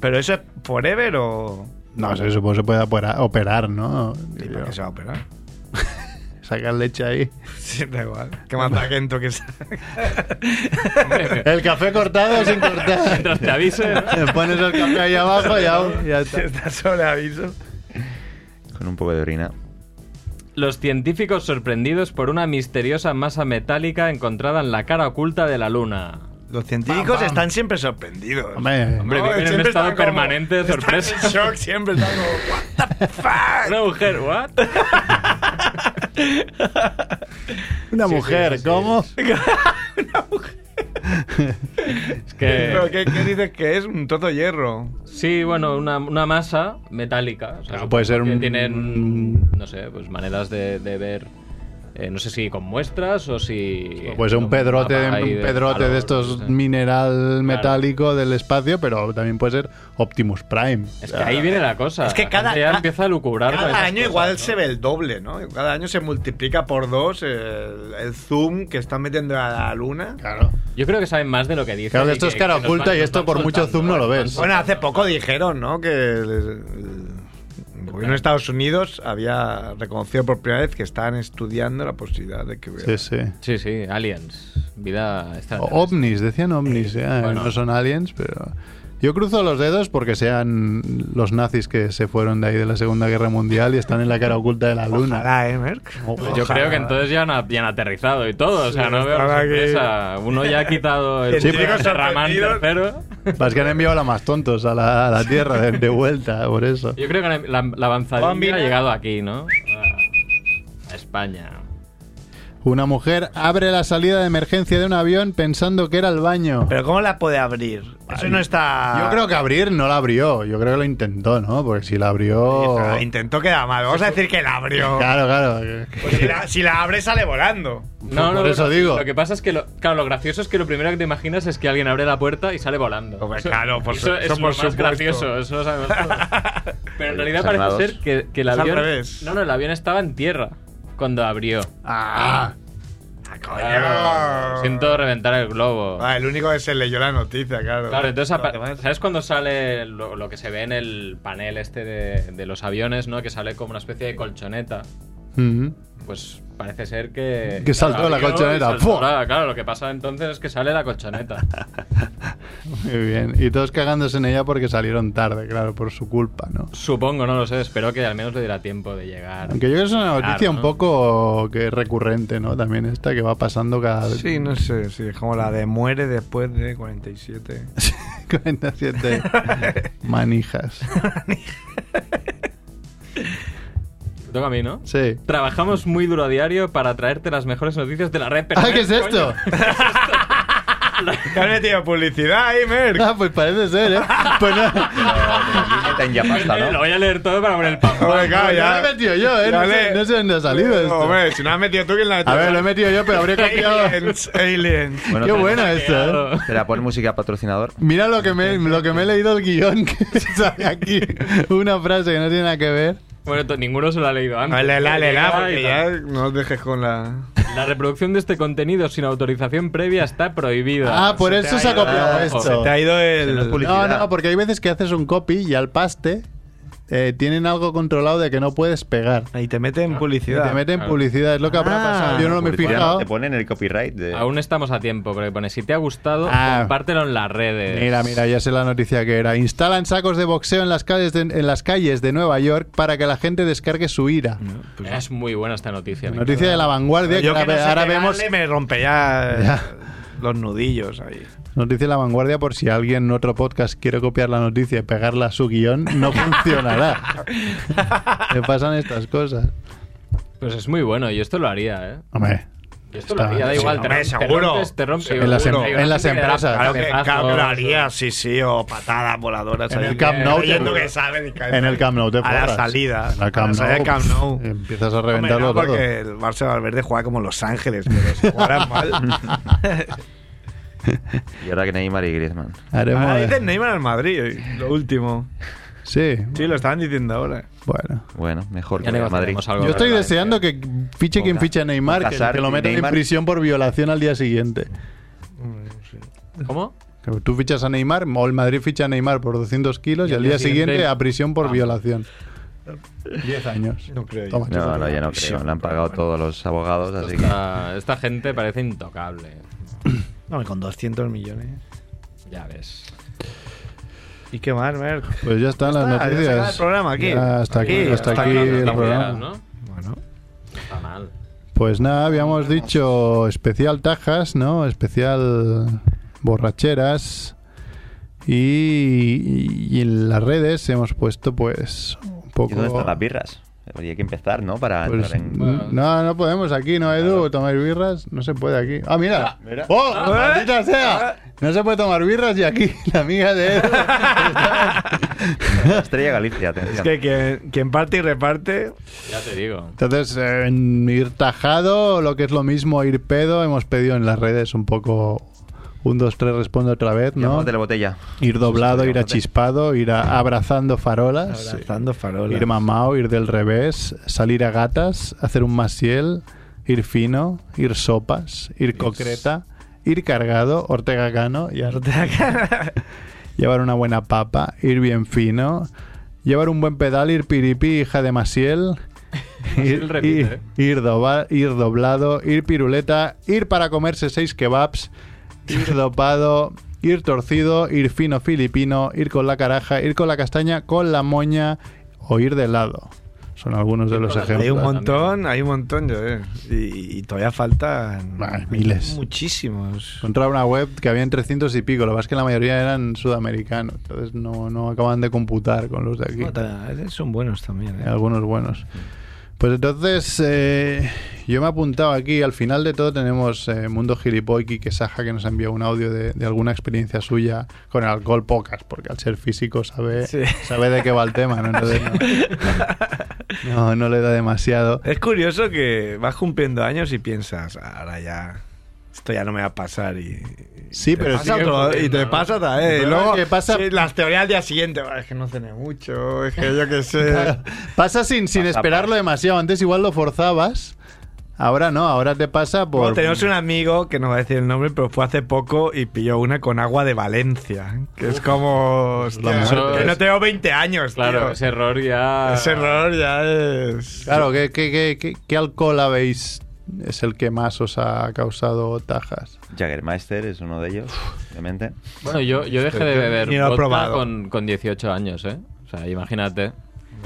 S2: ¿Pero eso es forever o...?
S3: No sé, supongo que se puede opera- operar, ¿no?
S2: ¿Y para qué se va a operar?
S3: Sacar leche ahí.
S2: Sí, da igual. Que más taquento que sea.
S3: El café cortado sin cortar.
S4: Mientras te avise. ¿no?
S3: Le pones el café ahí abajo y ya, ya
S2: Si
S3: está.
S2: está sobre aviso.
S1: Con un poco de orina.
S4: Los científicos sorprendidos por una misteriosa masa metálica encontrada en la cara oculta de la luna.
S2: Los científicos están siempre sorprendidos.
S3: Hombre,
S4: Hombre, viven en
S2: siempre
S4: estado
S2: están como-
S4: permanente de
S2: están en
S4: sorpresa.
S2: shock, siempre están como, ¿What the fuck?
S4: Una mujer, ¿what?
S3: una mujer, ¿cómo?
S4: Es que...
S2: ¿Pero qué, qué dices que es? Un trozo de hierro.
S4: Sí, bueno, una, una masa metálica. O sea,
S3: Claro, Ah, puede ser
S4: que
S3: un-
S4: Tienen, no sé, pues maneras de, de ver. eh, no sé si con muestras o si.
S3: Pues un
S4: con
S3: pedrote,
S4: mapa
S3: de,
S4: ahí
S3: un pedrote
S4: calor,
S3: de estos
S4: no sé.
S3: mineral metálico del espacio, pero también puede ser Optimus Prime.
S4: Es que ahí viene la cosa.
S2: Es que
S4: La
S2: cada-
S4: gente ya
S2: cada-
S4: empieza a lucubrar. con
S2: Cada
S4: esas
S2: año
S4: cosas,
S2: igual
S4: ¿no?
S2: se ve el doble, ¿no? Cada año se multiplica por dos el, el zoom que están metiendo a la luna.
S3: Claro.
S4: Yo creo que saben más de lo que dicen.
S3: Claro que
S4: y
S3: esto es cara
S4: nos
S3: oculta
S4: van-
S3: y
S4: nos
S3: esto
S4: van
S3: por mucho
S4: soltando,
S3: zoom no lo
S4: nos van
S3: ves.
S2: Bueno,
S4: soltando.
S2: hace poco dijeron, ¿no? Que el, el Porque en Estados Unidos había reconocido por primera vez que estaban estudiando la posibilidad de que hubiera.
S3: Sí, sí.
S4: Sí, sí, aliens. Vida
S3: O
S4: extraterrestre.
S3: ovnis, decían ovnis, ya, eh,
S4: bueno.
S3: no son aliens, pero... Yo cruzo los dedos porque sean los nazis que se fueron de ahí de la Segunda Guerra Mundial y están en la cara oculta de la luna.
S2: Ojalá, ¿eh, Merck?
S4: Yo creo que entonces ya han, a- ya han aterrizado y todo. O sea, no veo la
S2: están aquí.
S4: sorpresa. Uno ya ha quitado el
S2: Sí,
S4: sí,
S2: pero sorprendidos.
S4: tercero.
S3: Las que han enviado a la más tontos a la, a la Tierra de, de vuelta, por eso.
S4: Yo creo que la, la avanzadilla
S2: Bombina.
S4: ha llegado aquí, ¿no? A- A España.
S3: Una mujer abre la salida de emergencia de un avión pensando que era el baño.
S2: Pero ¿cómo la puede abrir? Eso no
S4: Ah.
S2: está.
S3: Yo creo que abrir no la abrió, yo creo que lo intentó, ¿no? Porque si la abrió...
S2: Ah, Intentó quedar mal. Vamos a decir que la abrió.
S3: Claro, claro.
S2: Pues si, la, si la abre, sale volando.
S4: No, no,
S3: por
S4: no,
S3: eso
S4: no.
S3: digo.
S4: Lo que pasa es que, lo, claro, lo gracioso es que lo primero que te imaginas es que alguien abre la puerta y sale volando.
S2: Hombre, claro, por
S4: eso
S2: su-
S4: es
S2: eso
S4: lo
S2: por
S4: más
S2: supuesto.
S4: gracioso, eso lo sabemos todos. Pero en realidad parece
S1: Salvados.
S4: ser que, que el
S2: Es al
S4: avión.
S2: revés.
S4: No, no, el avión estaba en tierra cuando abrió.
S2: Ah, coño.
S4: Siento reventar el globo.
S2: Ah, el único que se leyó la noticia, claro.
S4: Claro, entonces,
S2: Lo
S4: apa-
S2: que más-
S4: ¿sabes cuando sale lo, lo que se ve en el panel este de, de los aviones, ¿no? Que sale como una especie de colchoneta.
S3: Mm.
S4: Pues parece ser que...
S3: Que saltó la
S4: abrió y
S3: colchoneta,
S4: saltó
S3: ¡fua!
S4: la- claro, lo que pasa entonces es que sale la colchoneta.
S3: Muy bien. Y todos cagándose en ella porque salieron tarde, claro, por su culpa, ¿no?
S4: Supongo, no lo sé, espero que al menos le diera tiempo de llegar.
S3: Aunque yo creo que es una noticia
S4: Claro,
S3: un
S4: ¿no?
S3: poco que es recurrente, ¿no? También esta que va pasando cada vez.
S2: Sí, no sé, sí, es como la de muere después de 47.
S3: 47 manijas.
S4: Toca a mí, ¿no?
S3: Sí.
S4: Trabajamos muy duro a diario para traerte las mejores noticias de la red. pero
S3: ah,
S4: no
S3: ¿qué es
S4: coño.
S3: esto?
S2: ¿Te has metido publicidad ahí, Merck?
S3: Ah, pues parece ser, ¿eh? Pues no.
S1: Ten ya pasta,
S4: Lo
S1: ¿no?
S4: voy a leer todo para poner el pan.
S2: Hombre, claro,
S3: No
S2: ya.
S3: lo he metido yo, ¿eh?
S2: Ya
S3: No sé,
S2: le-
S3: no sé dónde ha salido esto.
S2: Hombre, si no has metido tú, ¿quién la ha
S3: A ver, lo he metido yo, pero habré copiado.
S2: Aliens, aliens.
S1: Bueno,
S3: Qué
S1: te-
S3: bueno esto, ¿eh?
S1: Te la pone música patrocinador.
S3: Mira lo que me, lo que me he leído el guión que sale aquí. Una frase que no tiene nada que ver.
S4: Bueno, to- ninguno se lo ha leído antes.
S2: Dale, dale, dale,
S4: Llega
S2: porque
S4: y tal.
S2: ya no os dejes con la...
S4: La reproducción de este contenido sin autorización previa está prohibida.
S3: Ah, por
S2: se te
S3: eso
S2: ha
S3: se ha
S2: ido,
S3: copiado
S4: eh,
S3: esto.
S2: Te ha ido
S1: no es
S2: el...
S1: publicidad.
S3: No, no, porque hay veces que haces un copy y al paste eh, tienen algo controlado de que no puedes pegar.
S2: Ahí te meten en
S3: Y
S2: publicidad.
S3: te meten
S4: Claro.
S3: publicidad, es lo que habrá
S2: Ah.
S3: pasado. Yo no lo me he
S1: Publicidad,
S3: fijado.
S1: Te ponen el copyright de...
S4: Aún estamos a tiempo, pero pone, si te ha gustado,
S3: Ah.
S4: compártelo en las redes.
S3: Mira, mira, ya sé la noticia que era. Instalan sacos de boxeo en las calles de, en las calles de Nueva York para que la gente descargue su ira.
S4: Pues Es muy buena esta noticia. me
S3: Noticia de la vanguardia.
S2: Mm. Yo
S3: que
S2: que
S3: ahora,
S2: no sé
S3: ahora
S2: pegarle,
S3: vemos.
S2: me rompe ya, eh,
S3: Ya.
S2: los nudillos ahí.
S3: Noticia de la vanguardia por si alguien en otro podcast quiere copiar la noticia y pegarla a su guión, no funcionará. Le pasan estas cosas.
S4: encanta. Pues es muy bueno, yo esto lo haría, ¿eh?
S3: Hombre.
S4: Yo esto
S3: Está-
S4: lo haría, da igual.
S2: sí,
S4: te
S2: hombre,
S4: rom- te
S2: seguro.
S4: rompes, te rompes.
S2: En
S4: seguro.
S3: las em-
S4: Hay una
S3: en las
S4: gente que da
S3: empresas.
S2: Claro que
S4: cabezazos.
S2: Camp lo haría, sí, sí, o patadas voladoras.
S3: En
S2: ahí.
S3: el Camp Nou,
S2: Creyendo
S3: te-
S2: que salen y caen.
S3: En el Camp Nou te
S2: A la
S3: forras.
S2: salida.
S3: En el Camp
S2: A la salida
S3: Nou,
S2: del Camp Nou.
S3: pff, Empiezas a
S2: Hombre,
S3: reventarlo
S2: no,
S3: todo.
S2: porque el Barça Valverde juega como Los Ángeles, pero si jugaran mal.
S1: Y ahora que Neymar y Griezmann.
S3: Haremos-
S2: Ahora dicen Neymar al Madrid, lo último.
S3: Sí,
S2: Sí, lo estaban diciendo ahora.
S3: bueno.
S1: Bueno, mejor
S4: Ya
S1: que el Madrid.
S4: negociaremos algo.
S3: Yo estoy
S4: relevante.
S3: deseando que fiche quien fiche a Neymar, que,
S1: Casar
S3: que lo
S1: y
S3: metan en
S1: Neymar.
S3: prisión por violación al día siguiente.
S4: ¿Cómo?
S3: Que Tú fichas a Neymar, o el Madrid ficha a Neymar por 200 kilos y, al día siguiente, a prisión
S1: Ah.
S3: por violación. 10 años.
S2: No creo yo.
S3: Toma,
S1: No,
S3: chúpate.
S1: no, ya no creo. Le han pagado todos los abogados, así que...
S4: Esta, Ah, esta gente parece intocable.
S2: No, con 200 millones.
S4: Ya ves.
S2: ¿Y qué más, Merck?
S3: Pues ya están las
S2: está, ya se acaba
S3: noticias.
S2: el programa aquí.
S3: Ya hasta aquí,
S2: Aquí,
S3: hasta
S2: hasta
S3: aquí
S2: aquí
S3: el
S4: Noticias,
S3: programa.
S4: ¿no?
S2: Bueno.
S4: No Está mal.
S3: Pues nada, habíamos dicho especial tajas, ¿no? Especial borracheras. Y, y en las redes hemos puesto pues un
S1: ¿Y
S3: poco...
S1: dónde están las birras? Habría que empezar, ¿no? Para
S3: Pues,
S1: entrar en...
S3: n- No, no podemos aquí, ¿no, Edu? Tomar birras no se puede aquí. ¡Ah, mira! ¡Oh,
S1: Ah, eh,
S3: maldita sea! No se puede tomar birras y aquí la amiga de Edu...
S1: Estrella Galicia, atención.
S2: Es que quien, quien parte y reparte.
S4: Ya te digo.
S3: Entonces, eh, en ir tajado, lo que es lo mismo ir pedo, hemos pedido en las redes un poco... Un, dos, tres, responde otra vez, ¿no?
S1: Llamamos de la botella.
S3: Ir doblado, ir achispado, ir a- abrazando farolas,
S2: Abrazando farolas.
S3: ir mamao, ir del revés, salir a gatas, hacer un masiel, ir fino, ir sopas, ir concreta, ir cargado, Ortega Cano, y ahora- llevar una buena papa, ir bien fino, Llevar un buen pedal, ir piripí, hija de Masiel.
S4: Masiel
S3: Ir,
S4: repite, ¿eh?
S3: ir- ir doba- ir doblado, ir piruleta, ir para comerse seis kebabs, ir dopado, ir torcido, ir fino filipino, ir con la caraja, ir con la castaña, con la moña o ir de lado. Son algunos de los
S4: con la-
S3: ejemplos.
S2: Hay un
S4: Ejemplo,
S2: montón, hay un montón, yo eh. y, y todavía faltan
S3: Bah, Ah, miles.
S2: Muchísimos.
S3: Encontraba una web que había en 300 y pico, lo que pasa es que la mayoría eran sudamericanos, entonces no, no acaban de computar con los de aquí.
S2: No, ta- Son buenos también.
S3: Hay
S2: eh.
S3: Algunos buenos. Pues entonces, eh, yo me he apuntado aquí, al final de todo tenemos eh, Mundo Gilipoiki, que Saja que nos envió un audio de, de alguna experiencia suya con el alcohol, pocas, porque al ser físico sabe,
S2: Sí.
S3: sabe de qué va el tema, ¿no? Entonces no, no, no le da demasiado.
S2: Es curioso que vas cumpliendo años y piensas, ahora ya, esto ya no me va a pasar y... y
S3: Sí,
S2: te
S3: pero
S2: pasa
S3: sigue
S2: otro- y
S4: ocurriendo,
S2: te
S4: ¿no?
S2: pasa otra vez. Y
S3: Pero
S2: luego
S3: es que pasa-
S2: sí, las teorías al día siguiente, "Bah, es que no cené mucho, es que yo qué sé.
S3: Pasa sin, sin esperarlo demasiado, antes igual lo forzabas, ahora no, ahora te pasa por...
S2: Bueno, tenemos un amigo que no va a decir el nombre, pero fue hace poco y pilló una con agua de Valencia, que es como... hostia,
S3: la
S4: muerte.
S2: que no tengo 20 años,
S4: Claro,
S2: tío.
S4: ese error
S3: Ah.
S4: ya.
S2: Ese error ya es...
S3: Claro, ¿qué, qué, qué, qué- qué alcohol habéis? Es el que más os ha causado tajas.
S1: Jaggermeister es uno de ellos, obviamente.
S4: Bueno, yo, yo dejé de beber
S2: Ni lo he
S4: vodka
S2: probado.
S4: Con, con 18 años, ¿eh? O sea, imagínate.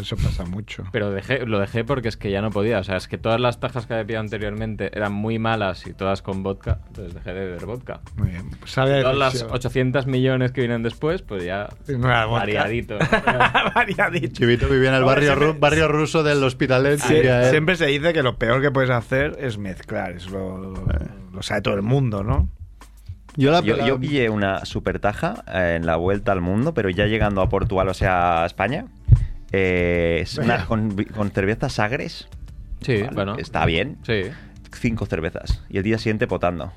S2: Eso pasa mucho.
S4: Pero dejé, lo dejé porque es que ya no podía. O sea, es que todas las tajas que había pillado anteriormente eran muy malas y todas con vodka. Entonces dejé de beber vodka.
S2: Muy bien. pues sabe a
S4: Todas las
S2: ilusión.
S4: 800 millones que vienen después, pues ya
S2: No era vodka.
S4: variadito.
S2: Variadito.
S3: Chivito vivía en el
S2: Hombre,
S3: barrio,
S2: siempre-
S3: ru- barrio ruso del Hospitalet.
S2: Sie-
S3: diría él.
S2: siempre se dice que lo peor que puedes hacer es mezclar. Eso lo, lo- lo sabe todo el mundo, ¿no?
S3: Yo la
S1: Yo,
S3: Ah, la-
S1: yo pillé una super taja en la vuelta al mundo, pero ya llegando a Portugal, o sea, a España. eh, es una- con, con cerveza Sagres.
S4: Sí,
S1: Vale,
S4: bueno.
S1: Está bien.
S4: Sí.
S1: Cinco cervezas. Y el día siguiente potando.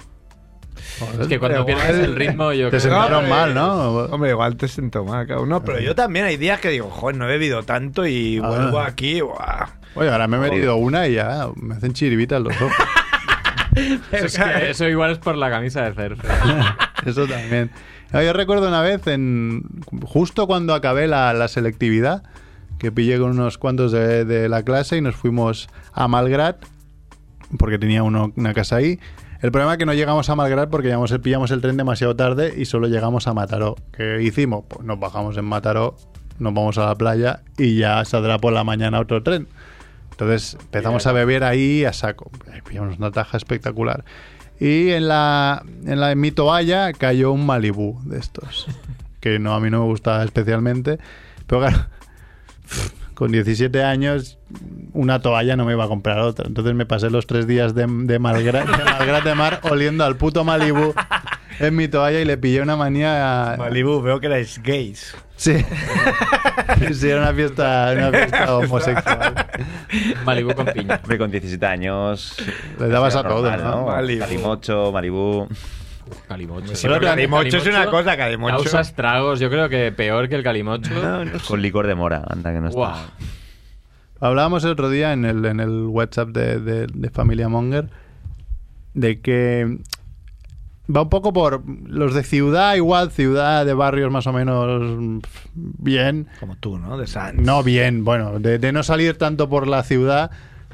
S3: Joder.
S4: Es que cuando
S2: Igual-
S4: pierdes el ritmo, yo
S3: Te
S4: creo que-
S3: sentaron
S2: pero-
S3: mal, ¿no?
S2: Hombre, igual te siento mal, cabrón. No, pero yo también hay días que digo, joder, no he bebido tanto y
S3: Ah.
S2: vuelvo aquí. buah".
S3: Oye, ahora me he metido una y ya me hacen chiribitas los ojos.
S4: Eso, es que- eso igual es por la camisa de ¿eh? surf.
S3: Eso también. No, Yo recuerdo una vez, en justo cuando acabé la, la selectividad, que pillé con unos cuantos de, de la clase y nos fuimos a Malgrat, porque tenía uno- una casa ahí. El problema es que no llegamos a Malgrat porque llegamos- pillamos el tren demasiado tarde y solo llegamos a Mataró. ¿Qué hicimos? Pues nos bajamos en Mataró, nos vamos a la playa y ya saldrá por la mañana otro tren. Entonces empezamos a beber ahí a saco. Ay, Pillamos una taja espectacular. Y en la en, la, en mi toalla cayó un Malibú de estos. Que no, a mí no me gustaba especialmente. Pero claro, con 17 años una toalla no me iba a comprar otra. Entonces me pasé los tres días de, de, Malgra- de Malgrat de Mar oliendo al puto Malibú en mi toalla y le pillé una manía...
S2: Malibu, veo que erais gays.
S3: Sí. Sí, era una fiesta, una fiesta homosexual.
S4: Malibu con piña.
S1: Hombre, con 17 años.
S3: Le dabas a
S1: era normal,
S3: todo, ¿no?
S2: Malibú.
S1: Calimocho, Malibú.
S4: Calimocho.
S3: Sí, pero
S2: calimocho es una cosa, calimocho.
S4: Causa estragos, yo creo que peor que el calimocho.
S1: Con licor de mora, anda que no está.
S4: Guau.
S3: Hablábamos el otro día en el, en el WhatsApp de, de- de Familia Monger de que va un poco por los de ciudad, igual ciudad de barrios más o menos mm, bien.
S2: Como tú, ¿no? De Sans.
S3: No bien, bueno, de, de no salir tanto por la ciudad,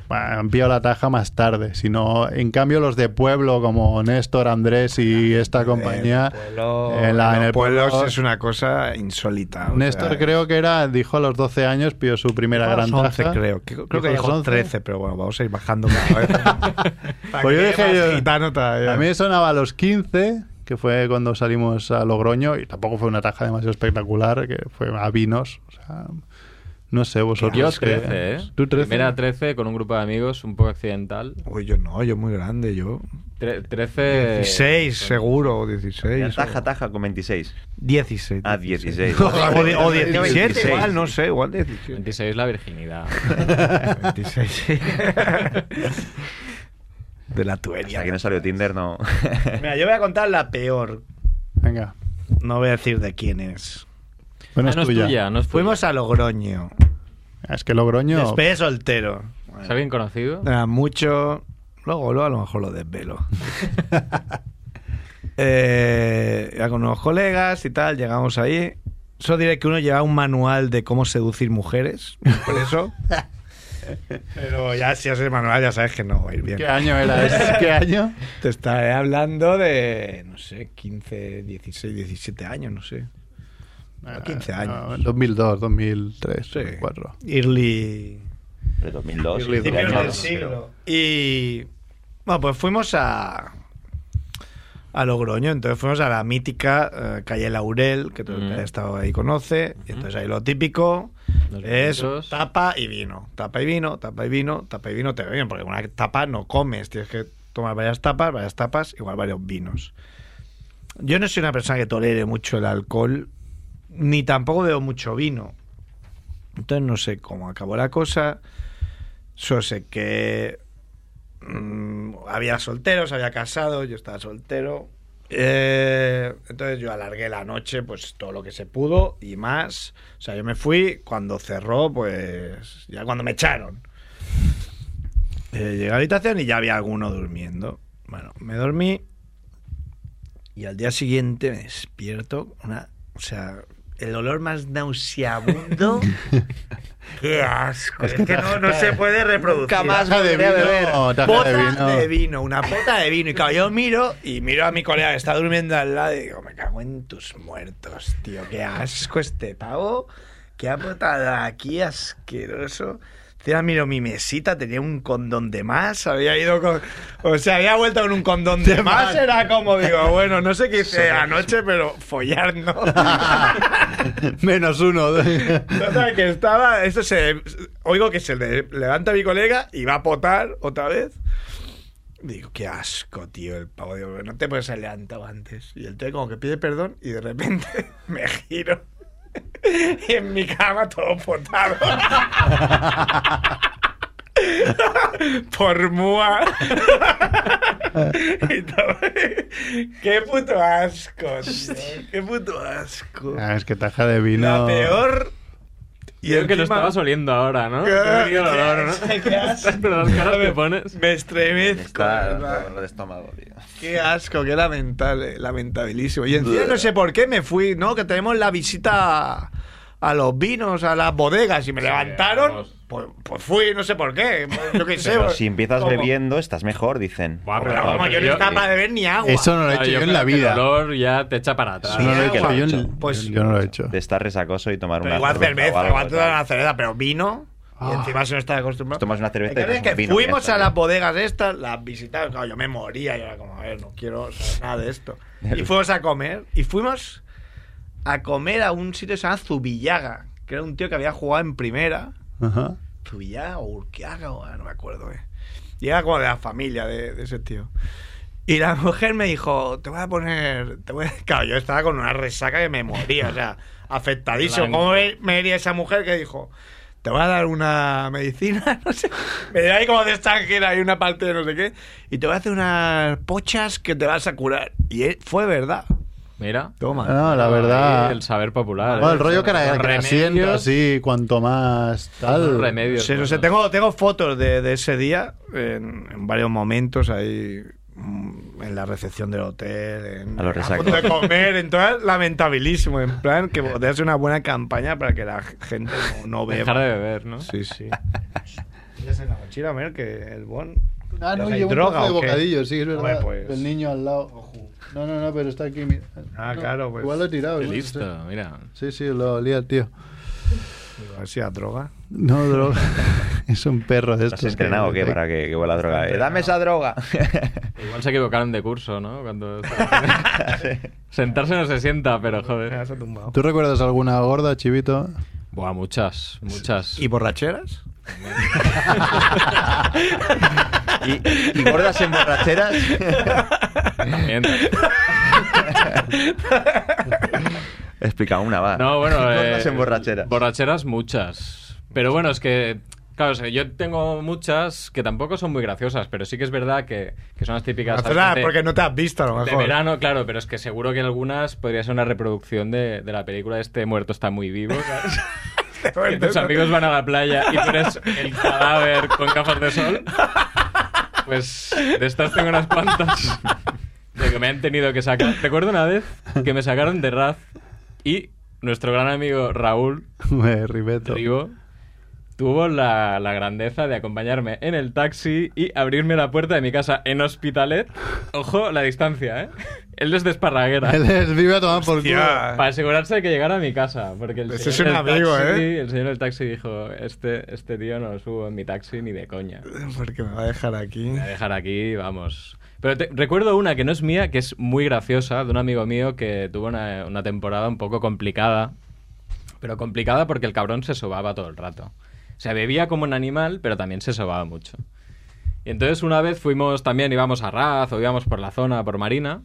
S3: bah, han pillado la taja más tarde, sino en cambio los de pueblo como Néstor, Andrés y esta compañía.
S2: El pueblo-
S3: en la- en
S2: los
S3: el
S2: pueblos
S3: pueblo-
S2: es una cosa insólita. o
S3: Néstor
S2: sea,
S3: creo que era, dijo a los 12 años, pilló su primera
S2: Dijo a
S3: gran
S2: las 11,
S3: taja.
S2: creo. Que- Creo que
S3: a las
S2: dijo
S3: 11.
S2: 13, pero bueno, vamos a ir bajando cada vez. Para
S3: Pues
S2: que
S3: yo dije
S2: quede más
S3: yo-
S2: gitano todavía.
S3: A mí me sonaba a los 15, que fue cuando salimos a Logroño, y tampoco fue una taja demasiado espectacular, que fue a vinos. O sea, no sé, vosotros.
S4: Yo
S3: qué-
S4: 13, ¿eh?
S3: ¿Tú 13?
S4: Primera 13 con un grupo de amigos, un poco accidental.
S2: Uy, yo no, yo muy grande, yo.
S1: Eh,
S4: Tre- 13.
S2: 16,
S1: pues,
S2: seguro, o
S1: Era
S2: 16.
S1: Taja, taja con 26.
S2: 16.
S1: Ah, 16.
S2: O, di- o 17,
S1: 16.
S2: igual, no sé, igual 17.
S4: 26 la virginidad.
S2: 26, sí. De la tuería.
S1: Hasta que no salió Tinder, no.
S2: Mira, yo voy a contar la peor.
S3: Venga.
S2: No voy a decir de quién es.
S3: Bueno,
S4: Ah,
S3: es
S4: no es
S3: tuya. Ah,
S4: tuya, no es tuya.
S2: Fuimos a Logroño.
S3: Es que Logroño.
S2: Despegué soltero.
S4: ¿Es alguien conocido?
S2: Nada, mucho. Luego, luego a lo mejor lo desvelo. eh, iba con unos colegas y tal, llegamos ahí solo diré que uno lleva un manual de cómo seducir mujeres, por eso. Pero ya si haces manual ya sabes que no va a ir bien.
S3: ¿Qué año era ese? ¿Qué año?
S2: Te estaré hablando de, no sé, 15, 16, 17 años, no sé. No, 15 años.
S3: Ah, No, 2002, 2003,
S2: Sí.
S3: 2004.
S2: Early...
S1: Pero 2002.
S3: Early
S1: diez
S3: Principios
S1: años,
S3: del
S1: pero-
S2: Y bueno, pues fuimos a a Logroño, entonces fuimos a la mítica eh, calle Laurel, que todo el que
S4: Mm.
S2: haya estado ahí conoce, y entonces ahí lo típico
S4: Los
S2: es
S4: pinchos.
S2: tapa y vino, tapa y vino, tapa y vino, tapa y vino, te bien, porque con una tapa no comes, tienes que tomar varias tapas, varias tapas, igual varios vinos. Yo no soy una persona que tolere mucho el alcohol, ni tampoco veo mucho vino. Entonces no sé cómo acabó la cosa. Solo sé que mm, había solteros, había casado, yo estaba soltero. Eh, entonces yo alargué la noche, pues todo lo que se pudo y más. O sea, yo me fui cuando cerró, pues ya cuando me echaron. Eh, llegué a la habitación y ya había alguno durmiendo. Bueno, me dormí y al día siguiente me despierto. Una, o sea, el olor más nauseabundo. ¡Qué asco! Es que no, no se puede reproducir.
S3: Nunca más volveré a beber.
S2: Bota de
S3: Bota
S2: vino.
S3: de
S2: una bota de vino. Y claro, yo miro y miro a mi colega que está durmiendo al lado y digo, me cago en tus muertos, tío. Qué asco este pavo. Qué apotada aquí, asqueroso. Encima miro mi mesita, tenía un condón de más, había ido con... O sea, había vuelto con un condón de, más. Era como, digo, bueno, no sé qué hice anoche, pero follar no.
S3: Menos uno.
S2: Total, que estaba. Esto se. Oigo que se le- levanta mi colega y va a potar otra vez. Digo, qué asco, tío, el pavo. Digo, no te puedes haber levantado antes. Y el tío como que pide perdón y de repente me giro. Y en mi cama todo potado. Por mua. Y todo. Qué puto asco, tío. Qué puto asco.
S3: Ah, es que taja de vino.
S2: La peor.
S4: Y Creo que lo
S2: encima-
S4: estabas oliendo ahora, ¿no?
S2: ¿Qué?
S4: Te venía el olor, ¿no?
S2: Qué asco.
S4: Pero las caras que pones.
S2: Me estremezco.
S1: Está
S2: de verdad.
S1: dolor de estómago, tío.
S2: Qué asco, qué lamentable, lamentabilísimo. Y encima no sé por qué me fui, ¿no? Que tenemos la visita a- a los vinos, a las bodegas y me levantaron.
S4: vamos.
S2: Pues, pues fui, no sé por qué. pues, Yo qué sé.
S1: Pero si empiezas
S2: como-
S1: bebiendo, estás mejor, dicen.
S4: Buah,
S2: Pero como yo no
S4: Yo-
S2: estaba para beber ni agua.
S3: Eso no lo he hecho
S4: Ah,
S3: yo,
S4: creo
S3: en la
S4: que
S3: vida.
S4: El olor ya te echa para atrás.
S3: Eso no lo he
S2: Sí,
S3: hecho yo, en-
S2: agua. Pues-
S3: yo no lo he hecho.
S1: De estar resacoso y tomar
S2: Pero
S1: una
S2: igual
S1: o
S2: cerveza,
S1: algo,
S2: igual te dan
S1: tal.
S2: una cerveza, pero vino. Y encima se no está acostumbrado.
S1: Tomas una cerveza
S2: El caso
S1: y
S2: es
S1: tomas
S2: que
S1: un vino, ya
S2: fuimos
S1: está,
S2: a
S1: ya.
S2: las bodegas estas, las visitamos, claro, yo me moría, yo era como, a ver, no quiero saber nada de esto. Y fuimos a comer, y fuimos a comer a un sitio que se llama Zubillaga, que era un tío que había jugado en primera,
S3: Ajá.
S2: Zubillaga o Urquiaga, o- ah, no me acuerdo, eh. Y era como de la familia de, de ese tío. Y la mujer me dijo, te voy a poner... Te voy a... Claro, yo estaba con una resaca que me moría, o sea, afectadísimo.
S4: Blanco.
S2: ¿Cómo me, me hería esa mujer que dijo, te voy a dar una medicina? No sé. Me dio ahí como de extranjera y una parte de no sé qué. Y te voy a hacer unas pochas que te vas a curar. Y eh, fue verdad.
S4: Mira.
S2: Toma.
S3: No, la
S4: Ahí
S3: verdad.
S4: El saber popular.
S3: Bueno,
S4: ¿eh?
S3: el rollo que era que era
S4: Remedios.
S3: siempre así, cuanto más tal.
S4: Remedios.
S2: Sí, no sé, tengo, tengo fotos de, de ese día en, en varios momentos ahí mm, en la recepción del hotel, en,
S1: A lo resaca.
S2: punto de comer, en todas, lamentabilísimo, en plan que podrías hacer una buena campaña para que la gente no, no
S4: Dejar
S2: beba.
S4: de beber, ¿no?
S2: Sí, sí. Tienes en la mochila, Mer, que el bon.
S3: Ah, no,
S2: ¿Hay
S3: llevo un
S2: droga
S3: trozo de
S2: o qué?
S3: bocadillo, sí, es verdad.
S2: Hombre, pues.
S3: El niño al lado. No, no, no, pero está aquí. mira.
S2: Ah,
S3: No,
S2: claro, pues.
S3: Igual lo he tirado.
S4: Qué
S3: igual, no sé.
S4: listo, mira.
S3: Sí, sí, lo olía el tío.
S2: A ver si a droga.
S3: No, droga. es un perro de
S1: ¿Te has
S3: estos.
S1: entrenado o qué? Para que, que huela a droga. Eh, ¡Dame esa droga!
S4: Igual se equivocaron de curso, ¿no? Cuando... Sentarse no se sienta, pero
S2: Me
S4: joder.
S2: has tumbado.
S3: ¿Tú recuerdas alguna gorda, chivito?
S4: Buah, muchas, muchas.
S2: ¿Y borracheras?
S1: ¿Y, y gordas en borracheras?
S4: También.
S1: Explica una, va.
S4: No, bueno.
S1: Gordas
S4: eh,
S1: en borracheras.
S4: Borracheras muchas. Pero bueno, es que. Claro, o sea, yo tengo muchas que tampoco son muy graciosas, pero sí que es verdad que, que son las típicas.
S2: Borracheras,
S4: de-
S2: porque no te has visto a lo
S4: De
S2: mejor.
S4: verano, claro, pero es que seguro que en algunas podría ser una reproducción de, de la película Este muerto está muy vivo. ¿sabes? Que tus amigos van a la playa y tú eres el cadáver con gafas de sol. Pues de estas tengo unas cuantas. De que me han tenido que sacar. Recuerdo una vez que me sacaron de Raz y nuestro gran amigo Raúl
S3: Me ribeto.
S4: Rigo tuvo la, la grandeza de acompañarme en el taxi y abrirme la puerta de mi casa en Hospitalet. Ojo la distancia, ¿eh? Él es de Esparraguera.
S3: Él es vive a tomar por culo.
S2: Hostia.
S4: Para asegurarse de que llegara a mi casa. Porque el
S2: Ese es
S4: señor
S2: un
S4: del
S2: amigo,
S4: taxi-
S2: ¿eh?
S4: El señor del taxi dijo: este, este tío no lo subo en mi taxi ni de coña.
S2: Porque me va a dejar aquí.
S4: Voy a dejar aquí, vamos. Pero te- recuerdo una que no es mía, que es muy graciosa, de un amigo mío que tuvo una, una temporada un poco complicada. Pero complicada porque el cabrón se sobaba todo el rato. O sea, bebía como un animal, pero también se sobaba mucho. Y entonces una vez fuimos también, íbamos a Raz o íbamos por la zona, por Marina.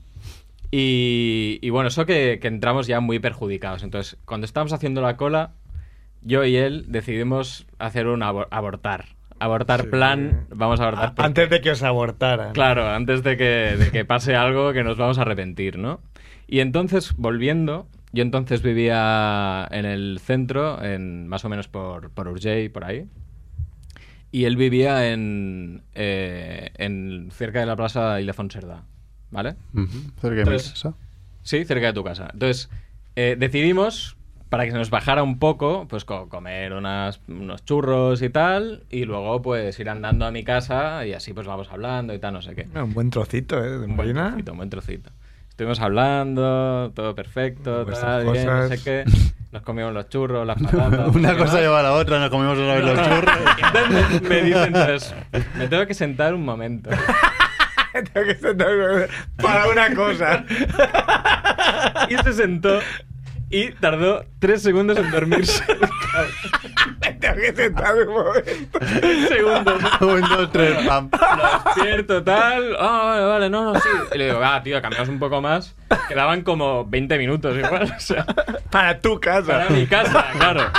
S4: Y, y bueno, eso que, que entramos ya muy perjudicados. Entonces, cuando estábamos haciendo la cola, yo y él decidimos hacer un abor- abortar. Abortar
S2: Sí.
S4: plan, vamos a abortar.
S2: A-
S4: porque-
S2: Antes de que os abortaran.
S4: Claro, antes de que, de que pase algo que nos vamos a arrepentir, ¿no? Y entonces, volviendo, yo entonces vivía en el centro, en, más o menos por, por Urgell, por ahí. Y él vivía en, eh, en cerca de la plaza Ildefonso Cerdá, ¿vale?
S3: Ujú, Cerca de mi
S4: Tres.
S3: casa.
S4: Sí, cerca de tu casa. Entonces, eh, decidimos, para que se nos bajara un poco, pues co- comer unas- unos churros y tal, y luego pues ir andando a mi casa y así pues vamos hablando y tal, no sé qué.
S2: Un buen trocito, ¿eh? De
S4: Un buen
S2: Molina.
S4: trocito, un buen trocito. Estuvimos hablando, todo perfecto,
S2: Vuestras
S4: tal, bien, no
S2: cosas.
S4: sé qué. Nos comimos los churros, las patatas.
S3: Una
S4: ¿qué más?
S3: cosa lleva a la otra, nos comimos otra vez los churros.
S4: Entonces me dice entonces, me tengo que sentar un momento.
S2: Tengo que sentarme para una cosa.
S4: Y se sentó y tardó tres segundos en dormirse.
S2: Tengo que sentarme un momento.
S4: Tres segundos.
S3: Un, dos, tres, pam.
S4: Cierto, tal. Ah, vale, vale, no, no, sí. Y le digo, va, tío, cambiamos un poco más. Quedaban como 20 minutos igual, o sea.
S2: Para tu casa.
S4: Para mi casa, claro.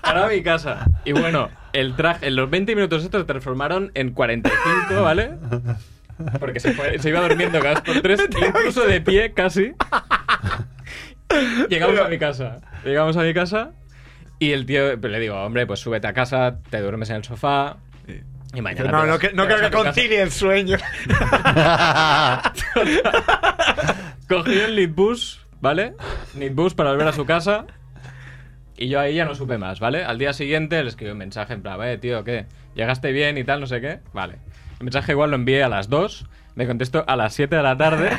S4: Para mi casa. Y bueno, el traje, en los 20 minutos estos se transformaron en 45, ¿vale? Porque se, fue- se iba durmiendo cada dos por tres, incluso de pie casi. Llegamos a mi casa. Llegamos a mi casa y el tío pues, le digo, hombre, pues súbete a casa, te duermes en el sofá. Y mañana.
S2: No,
S4: te
S2: no,
S4: vas-
S2: que- no
S4: te
S2: creo
S4: vas a
S2: que
S4: tu casa".
S2: concilie el sueño.
S4: Cogió el Nitbus, ¿vale? Nitbus para volver a su casa. Y yo ahí ya no supe más, ¿vale? Al día siguiente le escribí un mensaje en plan, eh, tío, ¿qué? ¿Llegaste bien y tal, no sé qué? Vale. El mensaje igual lo envié a las 2, me contestó a las 7 de la tarde.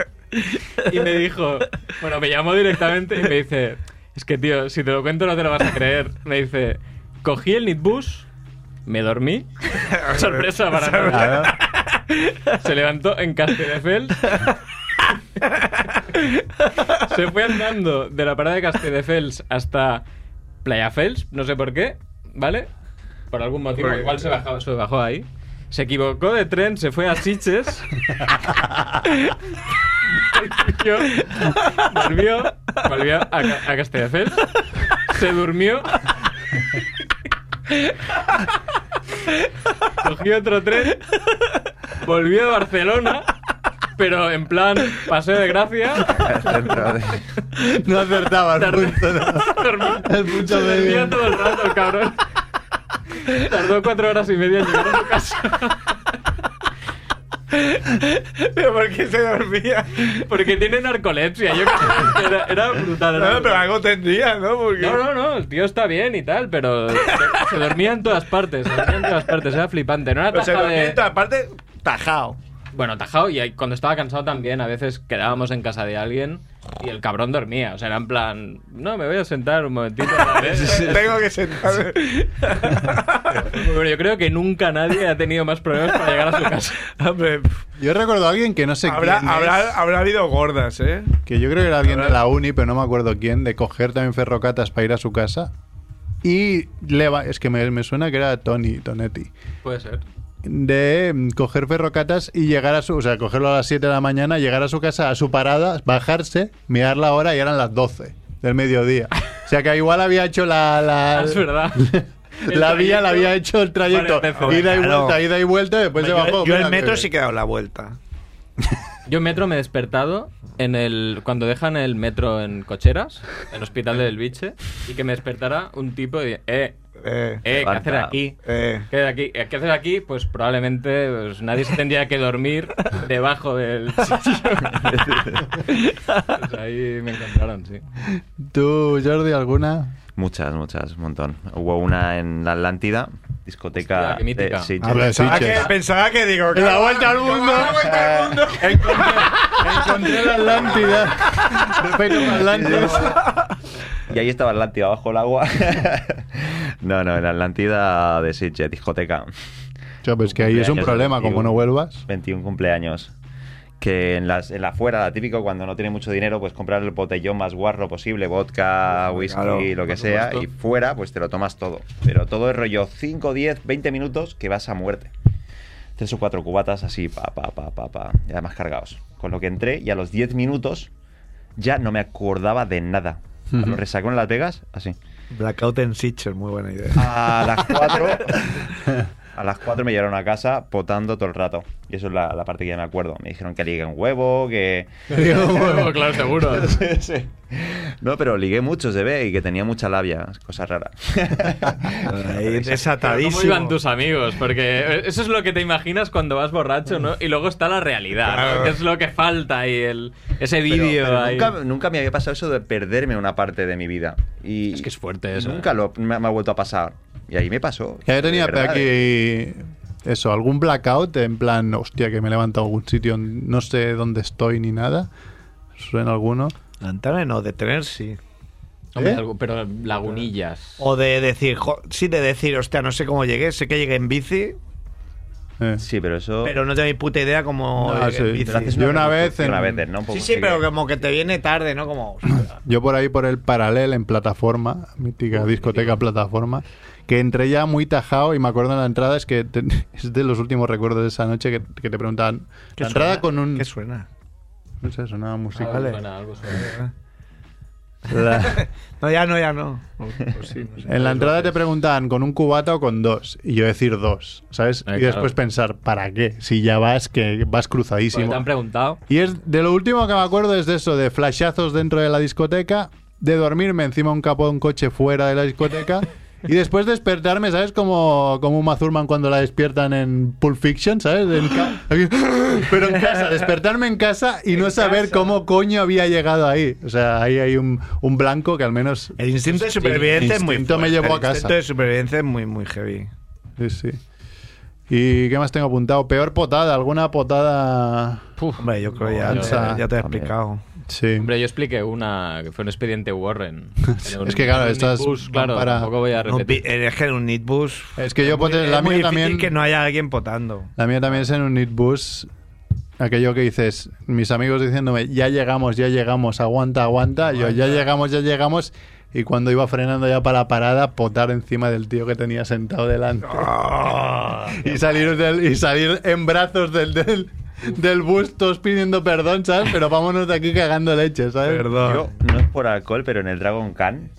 S4: y me dijo, bueno, me llamó directamente y me dice, es que tío, si te lo cuento no te lo vas a creer. Me dice, cogí el Nitbus, me dormí. Sorpresa para nada.
S3: Claro.
S4: Se levantó en Castelldefels. Se fue andando de la parada de Castelldefels hasta Playafels, no sé por qué, ¿vale? Por algún motivo,
S2: Porque-
S4: igual se bajó, se bajó ahí. Se equivocó de tren, se fue a Siches. volvió, volvió, volvió a, Ca- a Castelldefels. Se durmió. Cogió otro tren, volvió a Barcelona, pero en plan paseo de gracia.
S1: Dentro de-
S3: No acertaba el
S4: Tardó-
S3: punto. no.
S4: dormía-
S3: El punto
S4: se
S3: de
S4: dormía
S3: bien.
S4: todo el rato, el cabrón. Tardó cuatro horas y media en llegar a su casa
S2: Pero ¿por qué se dormía?
S4: porque tiene narcolepsia. Yo creo que era, era brutal. era
S2: No, pero
S4: brutal.
S2: algo tendría, ¿no? Porque...
S4: No, no, no, el tío está bien y tal, pero se, se dormía en todas partes, se dormía en todas partes, era flipante. No era
S2: O sea,
S4: tajada
S2: dormía
S4: de-
S2: en toda parte, tajado.
S4: Bueno, tajado y ahí- cuando estaba cansado también, a veces quedábamos en casa de alguien y el cabrón dormía. O sea, era en plan, no, me voy a sentar un momentito. ¿vale?
S2: Tengo que sentarme.
S4: Pero yo creo que nunca nadie ha tenido más problemas para llegar a su casa.
S2: Hombre, pff,
S3: Yo recuerdo a alguien que no sé
S2: habrá,
S3: quién es,
S2: habrá, habrá habido gordas, ¿eh?
S3: que yo creo que era alguien de
S2: habrá-
S3: la uni, pero no me acuerdo quién, de coger también ferrocatas para ir a su casa. Y le va, es que me, me suena que era Tony, Tonetti.
S4: Puede ser.
S3: de mm, coger ferrocatas y llegar a su, o sea, cogerlo a las 7 de la mañana, llegar a su casa, a su parada, bajarse, mirar la hora y eran las 12 del mediodía. O sea que igual había hecho la... la
S4: es verdad. El
S3: La vía
S4: trayecto
S3: la había hecho el trayecto.
S4: varias veces.
S3: Ida
S2: Claro.
S3: y Pues vuelta, ida y vuelta, y después se
S2: yo
S3: bajó.
S2: yo
S3: Mira,
S2: el metro
S3: que-
S2: sí que he dado la vuelta.
S4: Yo en metro me he despertado en el cuando dejan el metro en cocheras, en el hospital del biche, y que me despertara un tipo y eh,
S2: Eh,
S4: eh, ¿qué haces aquí?
S2: eh.
S4: ¿Qué, aquí, ¿Qué haces aquí? Pues probablemente pues, nadie se tendría que dormir debajo del sillón. Pues ahí me encontraron, sí.
S3: ¿Tú, Jordi, alguna?
S1: Muchas, muchas, un montón. Hubo una en la Atlántida, discoteca.
S4: Hostia, qué mítica.
S1: de Sitges.
S3: Habla de
S2: Pensaba Ah, que,
S3: Sitges.
S2: pensaba que digo, que
S3: la vuelta al mundo.
S2: La vuelta al mundo.
S3: Encontré la Atlántida. Respeto para Atlántida.
S1: Y ahí estaba Atlántida bajo el agua. no, no, en la Atlántida de Sitges, discoteca.
S3: Yo, pues que ahí es un
S1: Cumpleaños
S3: problema,
S1: contigo.
S3: como no vuelvas.
S1: 21 cumpleaños. Que en, las, en la afuera, la típico, cuando no tiene mucho dinero, pues comprar el botellón más guarro posible, vodka, whisky,
S2: Claro,
S1: lo que
S2: por
S1: sea,
S2: supuesto.
S1: y fuera, pues te lo tomas todo. Pero todo es rollo 5, 10, 20 minutos que vas a muerte. Tres o cuatro cubatas así, pa, pa, pa, pa, pa, y además cargados. Con lo que entré y a los 10 minutos ya no me acordaba de nada. A Lo resacó en Las Vegas, así.
S2: Blackout en Sitcher, muy buena idea.
S3: Ah.
S1: A las 4. A las 4 me llevaron a casa potando todo el rato. Y eso es la, la parte que ya me acuerdo. Me dijeron que ligue un huevo, que.
S4: Huevo, claro, seguro.
S1: Sí. No, pero ligué mucho, se ve, y que tenía mucha labia. Cosa rara.
S2: Ahí
S4: Pero ¿Cómo iban
S2: desatadísimo.
S4: tus amigos? Porque eso es lo que te imaginas cuando vas borracho, ¿no? Y luego está la realidad, ¿no?
S2: Claro.
S4: Que es lo que falta y el, ese
S1: Pero- pero
S4: vídeo ahí.
S1: nunca, nunca me había pasado eso de perderme una parte de mi vida. Y
S4: Es que es fuerte eso,
S1: Nunca
S4: ¿eh?
S1: lo, me, me ha vuelto a pasar. Y ahí me pasó.
S3: Que yo tenía
S1: De verdad, ¿eh?
S3: aquí eso, algún blackout en plan, hostia, que me he levantado a algún sitio, no sé dónde estoy ni nada. Suena alguno.
S2: Levantarme no, detenerse.
S4: Hombre,
S3: ¿Eh?
S4: algo- pero lagunillas.
S2: O de decir, jo- sí, de decir, hostia, no sé cómo llegué, sé que llegué en bici,
S3: Eh.
S1: Sí, eh, pero eso.
S2: pero no tengo ni puta idea cómo
S3: No,
S2: llegué
S3: sí,
S2: en bici.
S1: pero haces
S3: Yo una vez en-
S1: Una vez, ¿no? Un poco
S2: Sí, sí,
S1: así
S2: pero
S1: que-
S2: como que te viene tarde, ¿no? Como... hostia.
S3: Yo por ahí por el paralel en plataforma, mítica discoteca plataforma, que entré ya muy tajado y me acuerdo en la entrada, es que te- es de los últimos recuerdos de esa noche que, que te preguntaban.
S2: ¿Qué
S3: la entrada
S2: suena?
S3: con un.
S2: ¿Qué suena?
S3: No sé, sonaba
S2: Ah,
S3: música.
S4: Algo suena, algo suena.
S3: La-
S2: No, ya no, ya no. Pues sí, no sé.
S3: en la entrada te preguntaban con un cubata o con dos, y yo decir dos, ¿sabes?
S4: Eh,
S3: y después
S4: claro.
S3: pensar, ¿para qué? Si ya vas, que vas
S4: Porque
S3: cruzadísimo.
S4: Pues te han preguntado.
S3: Y es de lo último que me acuerdo es de eso, de flashazos dentro de la discoteca, de dormirme encima de un capó de un coche fuera de la discoteca. Y después despertarme, ¿sabes? Como, como Uma Thurman cuando la despiertan en Pulp Fiction, ¿sabes? En ca- aquí- pero en casa, despertarme en casa y no saber cómo coño había llegado ahí. O sea, ahí hay un, un blanco que al menos...
S2: El instinto de supervivencia es muy
S3: instinto me llevó a
S2: El
S3: casa.
S2: instinto de supervivencia es muy, muy heavy.
S3: Sí, sí. ¿Y qué más tengo apuntado? Peor potada, alguna potada...
S2: Hombre, yo creo ya,
S3: no,
S2: ya,
S3: yo-
S2: te he
S1: también.
S2: explicado.
S3: Sí.
S4: Hombre, yo expliqué una que fue un expediente Warren. En un-
S3: Es que, claro,
S4: en un
S3: estas
S4: bus,
S3: van
S4: claro,
S3: para-
S4: tampoco voy a
S2: No, pi-
S4: repetir.
S2: es que en un nitbus...
S3: Es que yo,
S2: muy-
S3: ponte, Eh, pues, la
S2: es muy
S3: mía
S2: difícil
S3: también...
S2: que no haya alguien potando.
S3: La mía también es en un Nitbus. Aquello que dices, mis amigos diciéndome, ya llegamos, ya llegamos, aguanta, aguanta. Yo, ya llegamos, ya llegamos. Y cuando iba frenando ya para la parada, potar encima del tío que tenía sentado delante. y, salir del- y salir en brazos del, del, del bus, todos pidiendo perdón, ¿sabes? Pero vámonos de aquí cagando leche, ¿sabes?
S1: Yo,
S2: Perdón.
S1: no es por alcohol, pero en el Dragon Khan.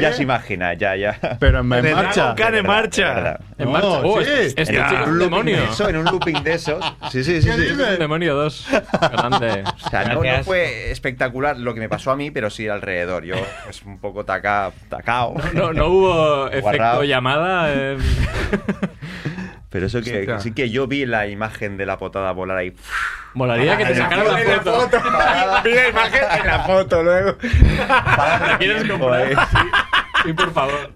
S1: Ya se imagina, ya, ya.
S3: Pero en,
S2: En el
S3: marcha.
S2: Dragon Khan en
S1: De verdad,
S2: marcha.
S1: de verdad.
S4: En
S3: No,
S4: marcha. Oh,
S3: sí.
S4: este- este
S1: En
S4: chico es un
S1: looping
S4: demonio.
S1: de eso, en un looping de esos. Sí, sí, sí. sí.
S4: Es un demonio 2. Grande.
S1: O sea, no, no fue espectacular lo que me pasó a mí, pero sí alrededor. Yo, pues un poco taca, tacao.
S4: No, no
S1: Guarrao.
S4: hubo efecto llamada. eh.
S1: Pero eso que, que sí que yo vi la imagen de la potada volar ahí.
S4: Molaría que te sacaran la foto.
S2: Vi la imagen en la foto luego.
S4: ¿La quieres comprar? Sí, por favor.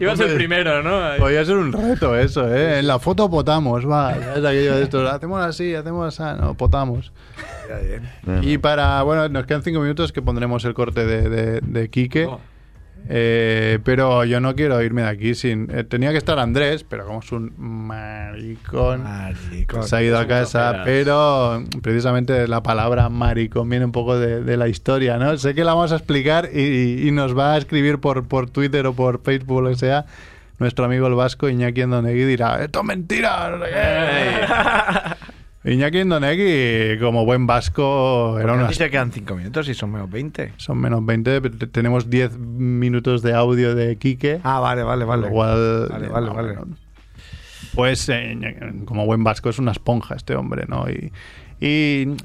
S4: Ibas el primero, ¿no? Ahí.
S3: Podría ser un reto eso, ¿eh? En la foto potamos, va. Es aquello de esto, hacemos así, hacemos así, no, potamos.
S1: ¿eh?
S3: Y para, bueno, nos quedan cinco minutos que pondremos el corte de, de, de Quique.
S4: Oh.
S3: Eh, pero yo no quiero irme de aquí sin... eh, tenía que estar Andrés, pero como es un maricón...
S2: Maricón.
S3: Pues Se ha ido a casa,
S4: ojeras.
S3: pero precisamente la palabra maricón viene un poco de, de la historia, ¿no? Sé que la vamos a explicar y, y nos va a escribir por, por Twitter o por Facebook o lo que sea nuestro amigo el vasco Iñaki Endonegui dirá, esto es mentira. no sé qué". Iñaki Endonegui, como buen vasco, era una...
S2: Dice que quedan 5 minutos y son menos 20.
S3: Son menos 20, pero te- tenemos 10 minutos de audio de Quique.
S2: Ah, vale, vale, vale.
S3: Igual,
S2: Vale, vale,
S3: eh, no,
S2: vale.
S3: no. Pues eh, como buen vasco es una esponja este hombre, ¿no? Y, y,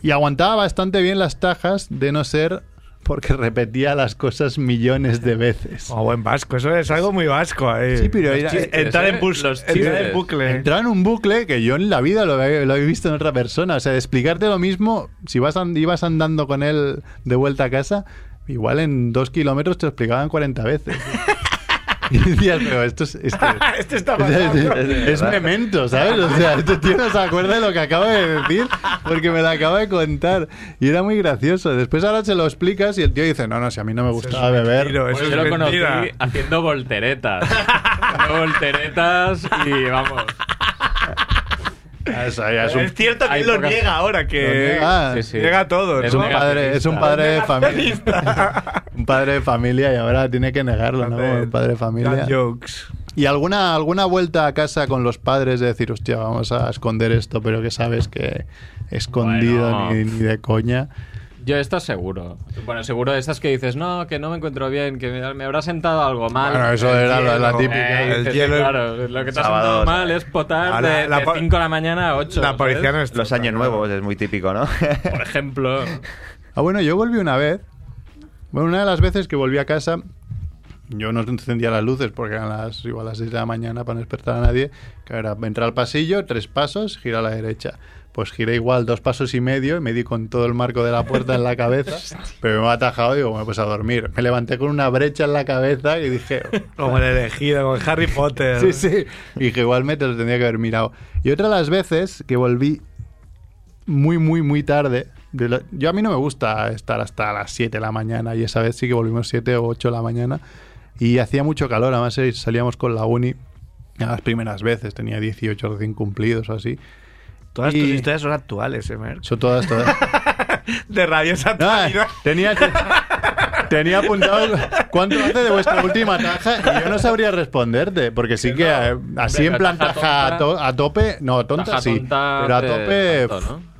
S3: y aguantaba bastante bien las tajas de no ser porque repetía las cosas millones de veces.
S2: Como buen vasco, eso es algo muy vasco. eh. ahí.
S3: Sí, pero era-
S4: chistes,
S2: entrar,
S4: ¿eh?
S2: en bus-
S4: Los
S2: entrar
S4: chistes.
S2: en bucle.
S3: Entraba en un bucle que yo en la vida lo, he- lo he visto en otra persona. O sea, de explicarte lo mismo, si vas and- ibas andando con él de vuelta a casa, igual en dos kilómetros te lo explicaban 40 veces. Y decías, pero esto es... esto-
S2: este está
S3: o sea,
S2: pasando.
S3: es- es memento, ¿sabes? O sea, este tío no se acuerda de lo que acaba de decir porque me lo acaba de contar. Y era muy gracioso. Después ahora se lo explicas y el tío dice, no, no, si a mí no me gustaba beber.
S2: Tiro, eso
S4: Pues
S2: es
S4: yo lo conocí
S2: mentira.
S4: haciendo volteretas. Haciendo volteretas y vamos.
S3: Eso ya es un
S2: Es cierto que
S4: hay
S2: él lo
S4: pocas-
S2: niega ahora,
S3: Lo
S2: que
S3: niega.
S4: Sí, sí.
S2: llega a todo.
S4: Es
S3: Es
S2: ¿no?
S3: un padre, es un padre de familia. un padre de familia y ahora tiene que negarlo, ¿no? Como
S2: Hace
S3: el padre de familia.
S2: dad jokes.
S3: Y alguna, alguna vuelta a casa con los padres de decir, hostia, vamos a esconder esto, pero que sabes que escondido
S4: Bueno.
S3: ni, ni de coña.
S4: Yo esto seguro. Bueno, seguro de esas que dices, no, que no me encuentro bien, que me, me habrá sentado algo mal.
S3: Bueno, eso era la, la
S2: hielo.
S3: típica.
S4: Eh,
S2: el
S4: dices,
S2: hielo-
S4: Claro, lo que te ha sentado
S1: Sábados.
S4: mal es
S2: A
S4: potar
S2: la-
S4: de
S2: la po-
S4: 5 de la mañana a 8.
S2: La policía no es
S1: Los años nuevos es muy típico, ¿no?
S4: Por ejemplo.
S3: Ah, bueno, yo volví una vez. Bueno, una de las veces que volví a casa, yo no encendía las luces porque eran las igual las 6 de la mañana para no despertar a nadie. Que era entrar al pasillo, tres pasos, gira a la derecha. Pues giré igual dos pasos y medio y me di con todo el marco de la puerta en la cabeza. pero me he atajado y digo, bueno, pues a dormir. Me levanté con una brecha en la cabeza y dije,
S2: Como el elegido, como el Harry Potter.
S3: Sí, sí. Y que igualmente lo tendría que haber mirado. Y otra de las veces que volví muy, muy, muy tarde. de lo- yo a mí no me gusta estar hasta las 7 de la mañana y esa vez sí que volvimos 7 o 8 de la mañana. Y hacía mucho calor, además eh, salíamos con la uni a las primeras veces, tenía 18 recién cumplidos o así.
S2: Todas
S3: Y-
S2: tus historias son actuales, eh, Merck.
S3: Son todas, todas.
S2: De rabiosa
S3: No, eh,
S2: actualidad.
S3: tenía, tenía apuntado cuánto hace de vuestra última taja y yo no sabría responderte, porque sí que eh,
S4: Hombre,
S3: así en
S4: pero
S3: plan
S4: taja
S3: taja a,
S4: tonta-
S3: to- a tope, no, tonta
S4: Taja
S3: sí,
S4: tonta
S3: pero a
S4: te-
S3: tope,
S4: tanto, ¿no? Que a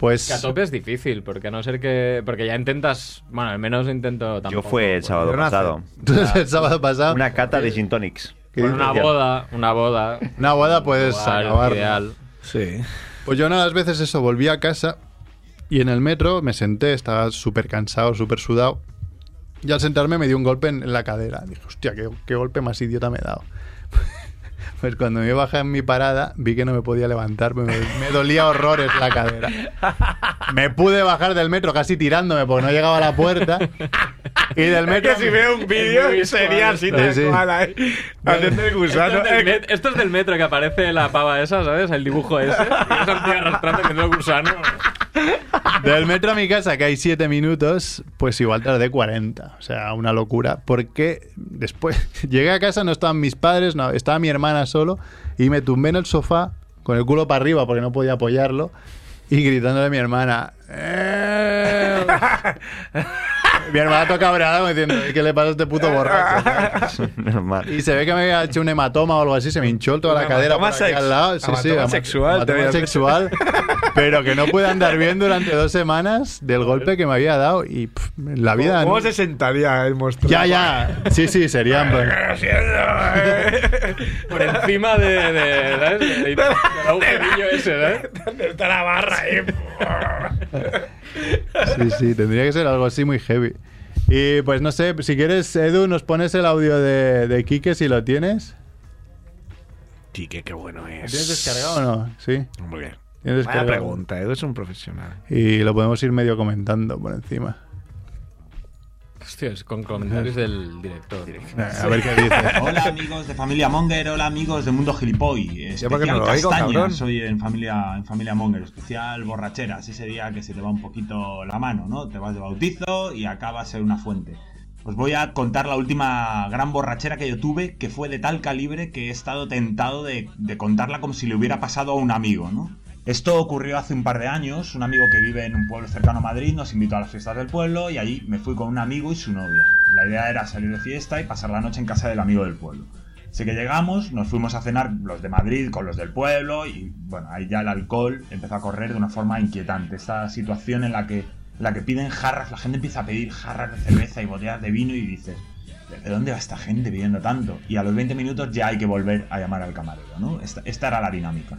S3: pues
S4: tope es difícil, porque a no ser que. Porque ya intentas. Bueno, al menos intento tampoco. pues,
S1: Yo fue el sábado
S2: Yo no hace-
S1: pasado.
S3: entonces el sábado pasado
S1: Una cata de gin tonics.
S3: ¿qué
S4: Bueno,
S3: dices?
S4: una boda, una boda.
S3: Una boda puedes
S4: Igual,
S3: acabar.
S4: ideal.
S2: Sí.
S3: Pues yo una de las veces eso, volví a casa y en el metro me senté, estaba súper cansado, súper sudado. Y al sentarme me dio un golpe en en la cadera. Dije, hostia, qué, qué golpe más idiota me he dado. Pues cuando me bajé en mi parada, vi que no me podía levantar, me, me dolía horrores la cadera. Me pude bajar del metro casi tirándome porque no llegaba a la puerta. Y del
S2: Es
S3: metro...
S2: que si veo un
S4: Es muy
S2: vídeo sería
S4: visual
S2: así
S4: esto.
S2: tal
S3: Sí, sí.
S2: cual ahí. Haciendo el
S4: Esto
S2: gusano.
S4: es, del
S2: Eh,
S4: met- esto es del metro que aparece la pava esa, ¿sabes? El dibujo ese. Y esa tía arrastrando el gusano.
S3: Del metro a mi casa, que hay 7 minutos, pues igual tardé 40. O sea, una locura. Porque después llegué a casa, no estaban mis padres, no, estaba mi hermana solo. Y me tumbé en el sofá con el culo para arriba porque no podía apoyarlo. Y gritándole a mi hermana. "Eh". mi hermana toca cabreada como diciendo: ¿Qué le pasa a este puto borracho?
S1: Normal.
S3: Y se ve que me había hecho un hematoma o algo así, se me hinchó toda
S2: Un
S3: la cadera por
S2: hematoma
S3: aquí
S2: sex-
S3: al lado. Sí, sí,
S2: hematoma
S3: hema-
S2: sexual, te
S3: hematoma
S2: habías
S3: sexual, pero que no pude andar bien durante dos semanas del golpe que me había dado y pff, la vida...
S2: ¿Cómo se sentaría el monstruo?
S3: Ya, ya. Sí, sí, serían...
S4: Por encima de. de ¿Sabes? De, de, de, agujerillo ese, ¿sabes?
S2: ¿Dónde está la barra ahí?
S3: Sí, sí, tendría que ser algo así muy heavy. Y pues no sé, si quieres, Edu, nos pones el audio de, de Quique si lo tienes.
S2: Tique, qué bueno
S3: ¿Lo
S2: es.
S3: tienes descargado o no? Sí.
S2: Muy bien.
S3: Tienes
S2: Vaya
S3: descargado.
S2: pregunta, Edu es un profesional.
S3: Y lo podemos ir medio comentando por encima.
S4: Hostia, es con comentarios del director.
S3: A ver qué dice.
S6: Hola amigos de Familia Monger, hola amigos de Mundo Gilipoy. eh, Especial
S2: porque no lo oigo,
S6: castañas
S2: cabrón.
S6: hoy en familia, en familia Monger, especial borracheras, ese día que se te va un poquito la mano, ¿no? Te vas de bautizo y acabas en una fuente. Os voy a contar la última gran borrachera que yo tuve, que fue de tal calibre que he estado tentado de, de contarla como si le hubiera pasado a un amigo, ¿no? Esto ocurrió hace un par de años, un amigo que vive en un pueblo cercano a Madrid nos invitó a las fiestas del pueblo y allí me fui con un amigo y su novia. La idea era salir de fiesta y pasar la noche en casa del amigo del pueblo. Así que llegamos, nos fuimos a cenar los de Madrid con los del pueblo y bueno, ahí ya el alcohol empezó a correr de una forma inquietante. Esta situación en la que, en la que piden jarras, la gente empieza a pedir jarras de cerveza y botellas de vino y dices, ¿de dónde va esta gente pidiendo tanto? Y a los 20 minutos ya hay que volver a llamar al camarero, ¿no? Esta, esta era la dinámica.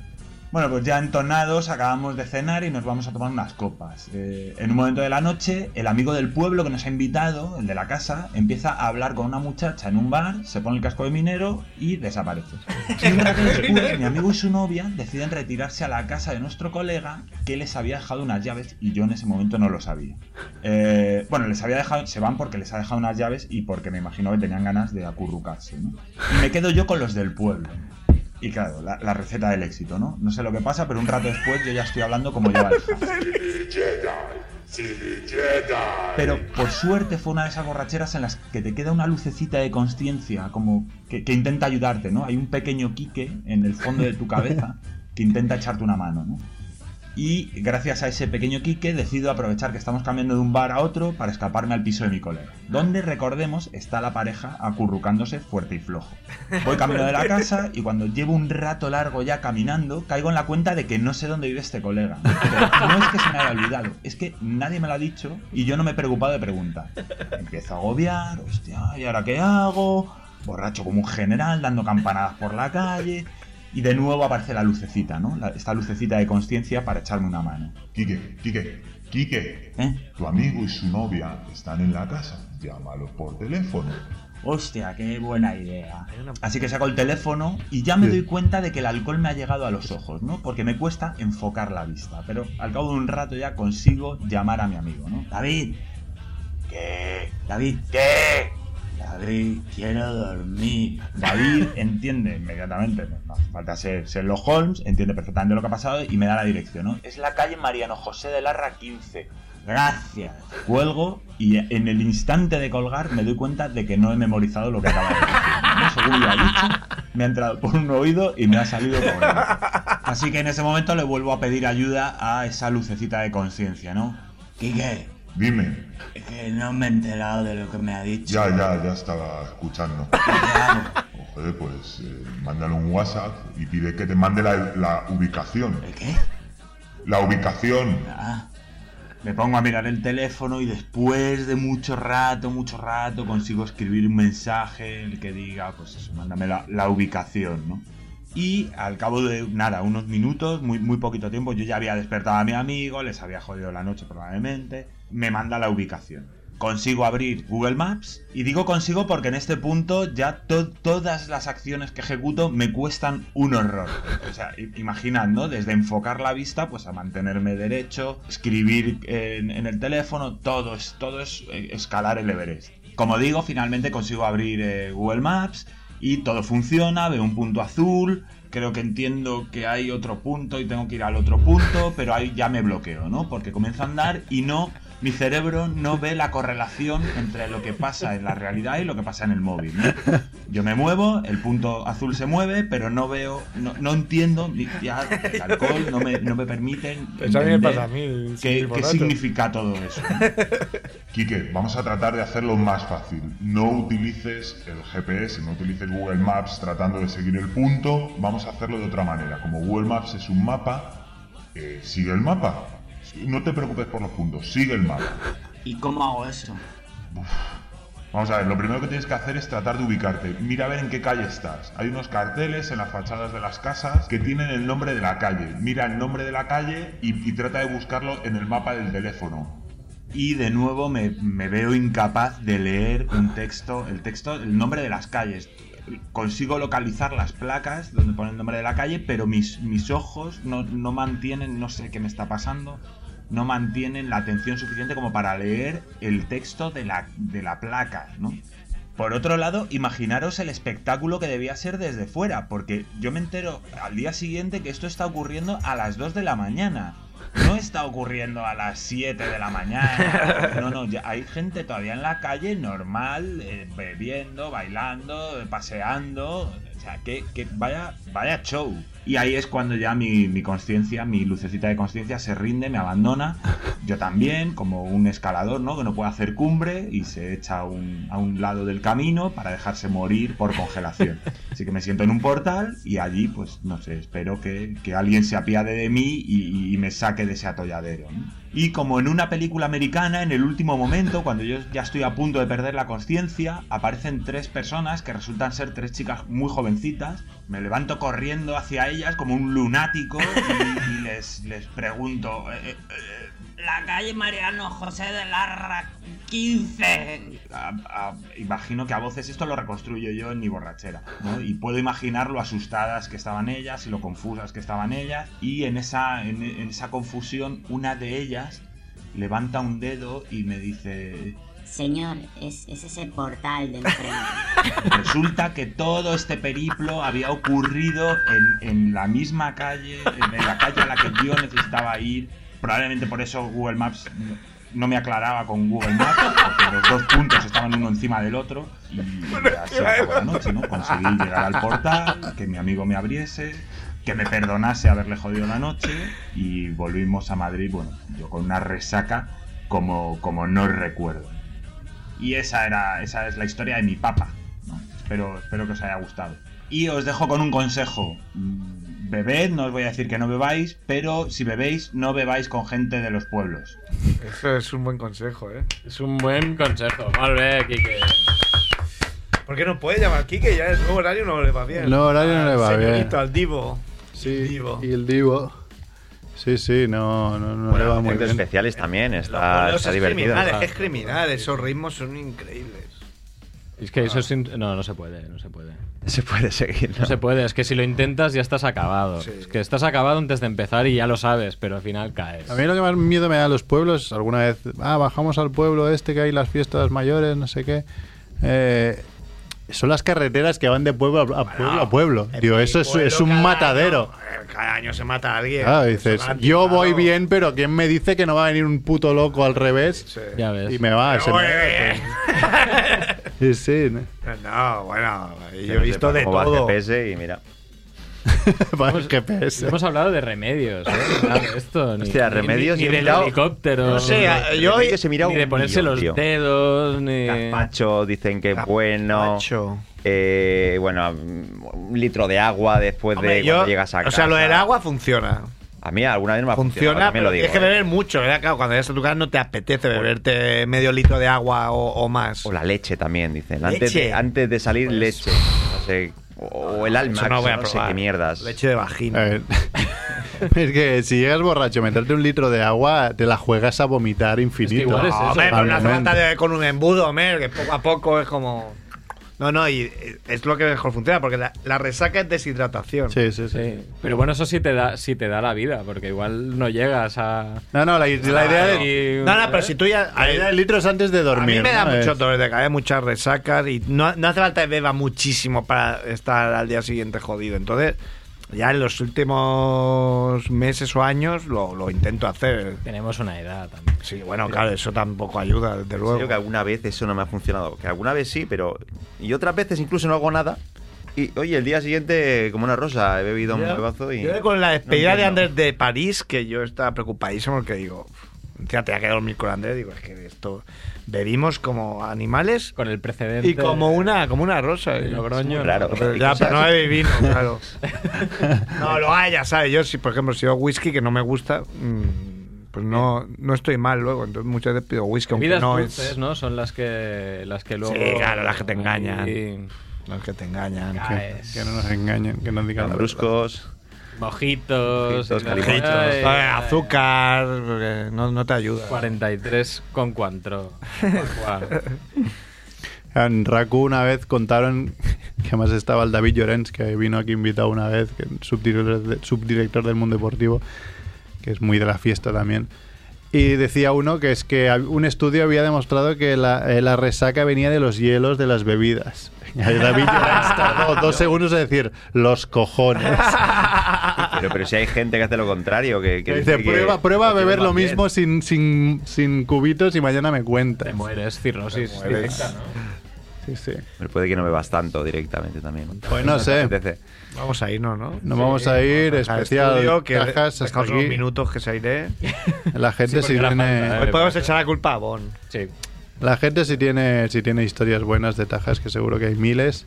S6: Bueno, pues ya entonados acabamos de cenar y nos vamos a tomar unas copas. Eh, en un momento de la noche, el amigo del pueblo que nos ha invitado, el de la casa, empieza a hablar con una muchacha en un bar, se pone el casco de minero y desaparece. Sin embargo, después, mi amigo y su novia deciden retirarse a la casa de nuestro colega que les había dejado unas llaves y yo en ese momento no lo sabía. Eh, bueno, les había dejado, se van porque les ha dejado unas llaves y porque me imagino que tenían ganas de acurrucarse. ¿no? Y me quedo yo con los del pueblo. Y claro, la, la receta del éxito, ¿no? No sé lo que pasa, pero un rato después yo ya estoy hablando como lleva el jazz. Pero por suerte fue una de esas borracheras en las que te queda una lucecita de conciencia, como que, que intenta ayudarte, ¿no? Hay un pequeño quique en el fondo de tu cabeza que intenta echarte una mano, ¿no? Y gracias a ese pequeño quique decido aprovechar que estamos cambiando de un bar a otro para escaparme al piso de mi colega. Donde, recordemos, está la pareja acurrucándose fuerte y flojo. Voy camino de la casa y cuando llevo un rato largo ya caminando, caigo en la cuenta de que no sé dónde vive este colega. Pero no es que se me haya olvidado, es que nadie me lo ha dicho y yo no me he preocupado de preguntar. Empiezo a agobiar, hostia, ¿y ahora qué hago? Borracho como un general, dando campanadas por la calle. Y de nuevo aparece la lucecita, ¿no? La- esta lucecita de conciencia para echarme una mano.
S7: Quique, Quique, Quique,
S6: ¿Eh?
S7: tu amigo y su novia están en la casa. Llámalos por teléfono.
S6: Hostia, qué buena idea. Así que saco el teléfono y ya me doy cuenta de que el alcohol me ha llegado a los ojos, ¿no? Porque me cuesta enfocar la vista. Pero al cabo de un rato ya consigo llamar a mi amigo, ¿no? David. ¿Qué? David. ¿Qué? David, quiero dormir. David entiende inmediatamente. No hace falta ser Sherlock Holmes, entiende perfectamente lo que ha pasado y me da la dirección, ¿no? Es la calle Mariano José de Larra 15. Gracias. Cuelgo y en el instante de colgar me doy cuenta de que no he memorizado lo que acaba de decir. ¿no? Según lo ha dicho, me ha entrado por un oído y me ha salido por el otro. Así que en ese momento le vuelvo a pedir ayuda a esa lucecita de conciencia, ¿no? Quique,
S7: Dime.
S6: es que no me he enterado de lo que me ha dicho.
S7: Ya, ya, ya estaba escuchando.
S6: ¿Qué hago?
S7: Joder, pues eh, mándale un WhatsApp y pide que te mande la, la ubicación.
S6: ¿El qué?
S7: La ubicación.
S6: Ah. Me pongo a mirar el teléfono y después de mucho rato, mucho rato, consigo escribir un mensaje en el que diga, pues eso, mándame la, la ubicación, ¿no? Y al cabo de nada, unos minutos, muy, muy poquito tiempo, yo ya había despertado a mi amigo, les había jodido la noche probablemente, me manda la ubicación. Consigo abrir Google Maps y digo consigo porque en este punto ya to- todas las acciones que ejecuto me cuestan un horror. O sea, i- imaginad, ¿no? Desde enfocar la vista pues a mantenerme derecho, escribir en, en el teléfono, todo es, todo es eh, escalar el Everest. Como digo, finalmente consigo abrir eh, Google Maps y todo funciona, veo un punto azul, creo que entiendo que hay otro punto y tengo que ir al otro punto, pero ahí ya me bloqueo, ¿no? Porque comienzo a andar y no, mi cerebro no ve la correlación entre lo que pasa en la realidad y lo que pasa en el móvil, ¿no? Yo me muevo, el punto azul se mueve, pero no veo, no, no entiendo, ni- ya el alcohol no me, no me permite
S2: Eso a mí me
S6: entender
S2: pasa a mí. soy
S6: qué, qué
S2: borracho.
S6: significa todo eso. ¿no?
S7: Quique, vamos a tratar de hacerlo más fácil. No utilices el GPS, no utilices Google Maps tratando de seguir el punto. Vamos a hacerlo de otra manera. Como Google Maps es un mapa, eh, sigue el mapa. No te preocupes por los puntos, sigue el mapa.
S8: ¿Y cómo hago eso?
S7: Vamos a ver, lo primero que tienes que hacer es tratar de ubicarte. Mira a ver en qué calle estás. Hay unos carteles en las fachadas de las casas que tienen el nombre de la calle. Mira el nombre de la calle y, y trata de buscarlo en el mapa del teléfono.
S6: y de nuevo me, me veo incapaz de leer un texto, el texto, el nombre de las calles. Consigo localizar las placas donde pone el nombre de la calle, pero mis, mis ojos no, no mantienen, no sé qué me está pasando, no mantienen la atención suficiente como para leer el texto de la, de la placa, ¿no? Por otro lado, imaginaros el espectáculo que debía ser desde fuera, porque yo me entero al día siguiente que esto está ocurriendo a las 2 de la mañana. No está ocurriendo a las 7 de la mañana. No, no, ya hay gente todavía en la calle normal, eh, bebiendo, bailando, eh, paseando. O sea, que, que vaya, vaya show. Y ahí es cuando ya mi, mi conciencia, mi lucecita de conciencia se rinde, me abandona. Yo también, como un escalador, ¿no? Que no puede hacer cumbre y se echa a un, a un lado del camino para dejarse morir por congelación. Así que me siento en un portal y allí, pues, no sé, espero que, que alguien se apiade de mí y, y me saque de ese atolladero. ¿no? Y como en una película americana, en el último momento, cuando yo ya estoy a punto de perder la conciencia, aparecen tres personas que resultan ser tres chicas muy jovencitas. Me levanto corriendo hacia ellas como un lunático y, y les, les pregunto... "Eh, eh, eh,
S8: La calle Mariano José de Larra 15.
S6: eh, a- a- imagino que a voces esto lo reconstruyo yo en mi borrachera, ¿no? Y puedo imaginar lo asustadas que estaban ellas y lo confusas que estaban ellas. Y en esa, en, en esa confusión, una de ellas levanta un dedo y me dice...
S9: Señor, es, es ese portal de enfrente.
S6: Resulta que todo este periplo había ocurrido en, en la misma calle, en, en la calle a la que yo necesitaba ir. Probablemente por eso Google Maps no- no me aclaraba con Google Maps, porque los dos puntos estaban uno encima del otro. Y así acabó la noche, ¿no? Conseguí llegar al portal, que mi amigo me abriese, que me perdonase haberle jodido la noche. Y volvimos a Madrid, bueno, yo con una resaca como, como no recuerdo. Y esa era, esa es la historia de mi papa. ¿no? Espero, espero que os haya gustado. Y os dejo con un consejo. Mm, Bebed, no os voy a decir que no bebáis, pero si bebéis, no bebáis con gente de los pueblos.
S2: Eso es un buen consejo, ¿eh?
S4: Es un buen consejo. Molt bé, Quique.
S2: Porque no puede llamar Kike, ya el nuevo horario no le va bien.
S3: El nuevo horario no le va bien.
S2: Señorito, al divo.
S3: Sí,
S2: El divo.
S3: y el Divo. Sí, sí, no, no, no le va muy
S1: efectos
S3: bien.
S1: especiales también,
S2: Los
S1: está,
S2: boleos
S1: Ah, está
S2: es
S1: divertido.
S3: Ah.
S2: criminal, es criminal, esos ritmos son increíbles.
S4: Es que eso es... in- No, no se puede, no se puede.
S1: Se puede seguir,
S4: No
S1: ¿no?
S4: se puede, es que si lo intentas ya estás acabado.
S2: Sí.
S4: Es que estás acabado antes de empezar y ya lo sabes, pero al final caes.
S3: A mí lo que más miedo me da a los pueblos, alguna vez, ah, bajamos al pueblo este que hay las fiestas mayores, no sé qué. Eh, son las carreteras que van de pueblo a, a pueblo a pueblo. Digo,
S2: Mi
S3: eso es,
S2: pueblo
S3: es un
S2: cada
S3: matadero.
S2: año- cada año se mata a alguien.
S3: Ah, dices,
S2: Eso es
S3: yo voy
S2: anticuado.
S3: bien, pero ¿quién me dice que no va a venir un puto loco al revés?
S2: Sí. Ah,
S4: Ya ves.
S3: Y me va, se me-
S2: Oye.
S3: Sí, sí, ¿no?
S2: No, bueno, yo
S1: Que
S2: he
S1: no
S2: visto
S1: sepa
S2: de
S1: cómo va el
S2: todo.
S1: GPS y mira.
S3: Va el
S4: Hemos-
S3: GPS.
S4: Hemos hablado de remedios, ¿eh? Nada de Esto, ni,
S1: Hostia,
S4: ni-
S1: remedios
S4: ni,
S1: y he
S4: del
S1: mirado-
S4: helicóptero.
S2: No sé, a- yo
S1: Creo que
S2: hoy.
S1: se mira
S4: ni de
S1: un
S4: ponerse
S1: millón,
S4: los
S1: tío.
S4: dedos, ni...
S1: Gazpacho, dicen que es bueno.
S2: Macho.
S1: Eh, bueno, mm, un litro de agua después
S2: Hombre,
S1: de cuando
S2: yo-
S1: llegas a casa.
S2: O sea, lo del agua funciona.
S1: A mí alguna vez me ha funcionado,
S2: Funciona,
S1: también
S2: pero
S1: lo digo.
S2: tienes que
S1: ¿eh?
S2: beber mucho, ¿verdad? Claro, cuando llegas a tu casa no te apetece beberte medio litro de agua o, o más.
S1: O la leche también, dicen. Antes,
S2: Leche.
S1: de, antes de salir,
S3: Pues,
S1: leche. No sé. O, o el alma,
S2: Eso no voy a
S1: sé
S2: probar.
S1: qué mierdas.
S2: Leche de
S3: A
S2: vagina.
S3: ver. es que si llegas borracho, meterte un litro de agua, te la juegas a vomitar infinito.
S4: igual es
S2: No, hombre, pero no hace
S3: Totalmente.
S2: falta de- con un embudo, hombre, que poco a poco es como. No, no, y eh, es lo que mejor funciona, porque la, la resaca es deshidratación.
S3: Sí, sí, sí.
S4: Sí. Pero bueno, eso sí te da, sí te da la vida, porque igual no llegas a...
S3: No, no, la, la idea de.
S4: Y-
S2: No, no, pero si tú ya.
S3: La idea del litro es antes de dormir.
S2: a mí me da
S3: ¿no?
S2: mucho
S3: Es-
S2: dolor de cabeza, muchas resacas y no, no hace falta que beba muchísimo para estar al día siguiente jodido. Entonces, ya en los últimos meses o años lo, lo intento hacer.
S4: Tenemos una edad también.
S2: Sí, bueno, claro, eso tampoco ayuda, desde
S1: En serio
S2: luego.
S1: que alguna vez eso no me ha funcionado. Que alguna vez sí, pero. Y otras veces incluso no hago nada. Y oye, el día siguiente, como una rosa, he bebido un bebazo y.
S2: Yo con la despedida
S1: no
S2: de
S1: entiendo.
S2: Andrés de París, que yo estaba preocupadísimo porque digo, ya tenía que dormir con Andrés, digo, es que esto bebimos como animales
S4: Con el precedente...
S2: y como una, como una rosa.
S4: de
S2: y-
S4: Logroño.
S1: Claro.
S2: Pero ya, pero no bebí vino, claro. No, lo haya, ¿sabes? Yo, si, por ejemplo, si yo whisky que no me gusta, mm, pues no, no estoy mal luego. Entonces muchas veces pido whisky, aunque
S4: Vidas
S2: no
S4: dulces,
S2: es...
S4: ¿no? Son las que, las que luego...
S2: Sí, claro, las que te engañan.
S4: Y-
S2: Los que te engañan.
S4: Caes.
S3: Que no nos engañen, que nos digan la verdad.
S1: Bruscos.
S4: Mojitos,
S1: Mojitos,
S4: y-
S1: calientitos.
S4: Ay,
S2: Eh, azúcar, eh, no, no te ayuda.
S4: 43 con 4.
S3: En RACU una vez contaron que además estaba el David Llorens, que vino aquí invitado una vez, que es subdirector, de- subdirector del Mundo Deportivo, que es muy de la fiesta también. Y decía uno que es que hab- un estudio había demostrado que la, eh, la resaca venía de los hielos de las bebidas. Y ahí David Llorens tardó dos segundos en decir los cojones.
S1: Pero, pero si hay gente que hace lo contrario, que, que
S3: Ah, Dice,
S1: dice que-
S3: prueba, prueba a
S1: que
S3: beber
S1: va
S3: lo
S1: bien".
S3: mismo sin, sin, sin cubitos y mañana me cuentas.
S4: Te mueres, cirrosis. directa, ¿no?
S3: Sí, sí.
S1: Pero puede que no bebas tanto directamente también.
S3: Pues no sé.
S1: Apetece.
S2: Vamos a irnos, ¿no?
S3: Nos vamos a ir,
S2: Al
S3: especial
S2: estudio, que
S3: cajas hasta
S2: dejamos unos
S3: aquí.
S2: minutos que se iré.
S3: La gente si
S4: falta,
S3: tiene,
S2: Hoy
S4: ¿eh?
S2: podemos echar la culpa a Bon.
S4: Sí.
S3: la gente si tiene, si tiene historias buenas de tajas, que seguro que hay miles.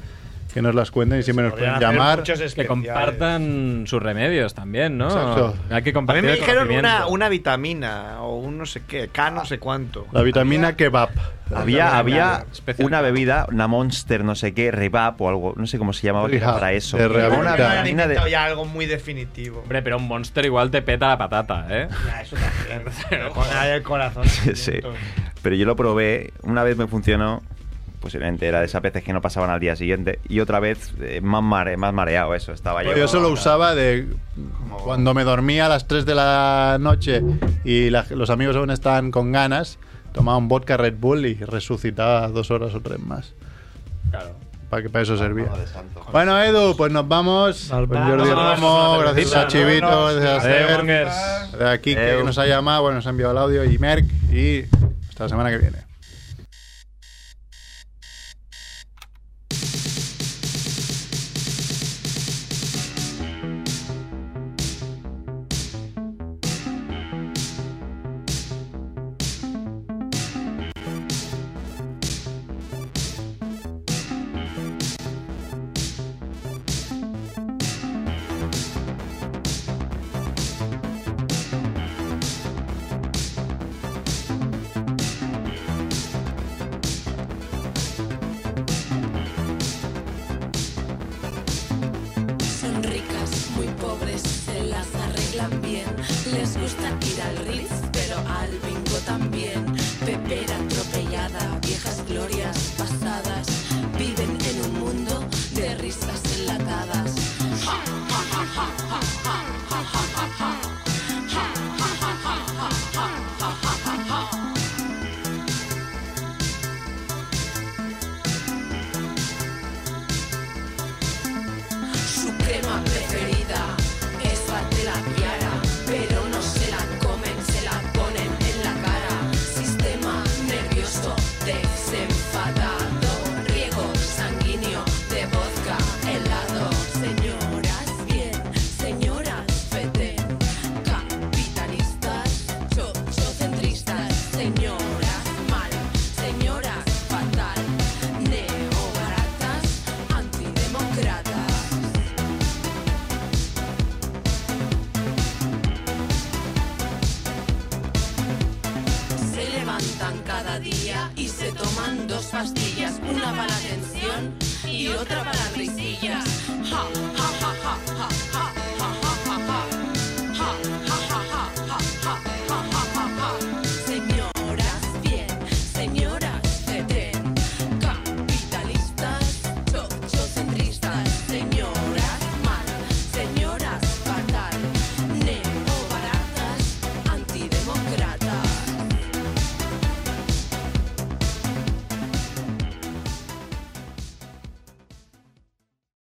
S3: que nos las cuenten y siempre nos pueden llamar.
S4: Que compartan sus remedios también, ¿no?
S3: Exacto.
S4: Hay que
S10: A mí
S4: compartir
S10: me
S4: el
S10: dijeron una,
S4: conocimiento.
S10: una vitamina o un no sé qué, K no sé cuánto.
S3: La vitamina kebab.
S1: Había, había
S4: especial.
S1: una bebida, una Monster, no sé qué, Revap o algo, no sé cómo se llamaba, que era
S3: Rehab,
S1: para eso.
S3: de
S1: Y era
S10: Bueno,
S1: una
S3: rehabilitar.
S10: me han
S1: vitamina de-
S10: inventado ya algo muy definitivo.
S4: Hombre, pero un monster igual te peta la patata, ¿eh?
S10: Ya, eso también. Con el corazón.
S1: Sí. Pero yo lo probé, una vez me funcionó, posiblemente era de esas veces que no pasaban al día siguiente, y otra vez eh, más, mare- más mareado eso, estaba yo.
S3: Yo eso lo usaba de cuando me dormía a las 3 de la noche y la- los amigos aún estaban con ganas, tomaba un vodka Red Bull y resucitaba dos horas o tres más.
S4: Claro. Ah,
S3: Para que para eso servía. Bueno, Edu, pues nos vamos.
S2: Nos
S3: Pues Jordi
S2: vamos.
S3: Ramos, gracias a
S4: Nos
S3: Chivito, gracias a
S4: Adiós,
S3: Fer,
S4: mongers.
S3: de aquí que
S1: Adiós.
S3: nos ha llamado, bueno, nos ha enviado el audio y Merck y hasta la semana que viene.
S11: Son ricas, muy pobres, se las arreglan bien. Les gusta ir al Ritz, pero al bingo también. Pepera atropellada, viejas glorias pasadas. Viven en un mundo de risas enlatadas. Ja, ja, ja, ja, ja, ja, ja, ja, ja, ja. Ja, ja, ja, ja, ja, ja, ja, ja, ja, ja. Su crema preferida es la piara, pero no se la comen, se la ponen en la cara. Sistema nervioso desenfadado, riego sanguíneo de vodka helado. Señoras bien, señoras feten, capitalistas, chochocentristas, señoras mal, señoras fatal, neobaratas, antidemócratas. Se levantan cada día y se toman dos pastillas, una para la tensión y otra para las risillas. Ja, ja, ja, ja, ja,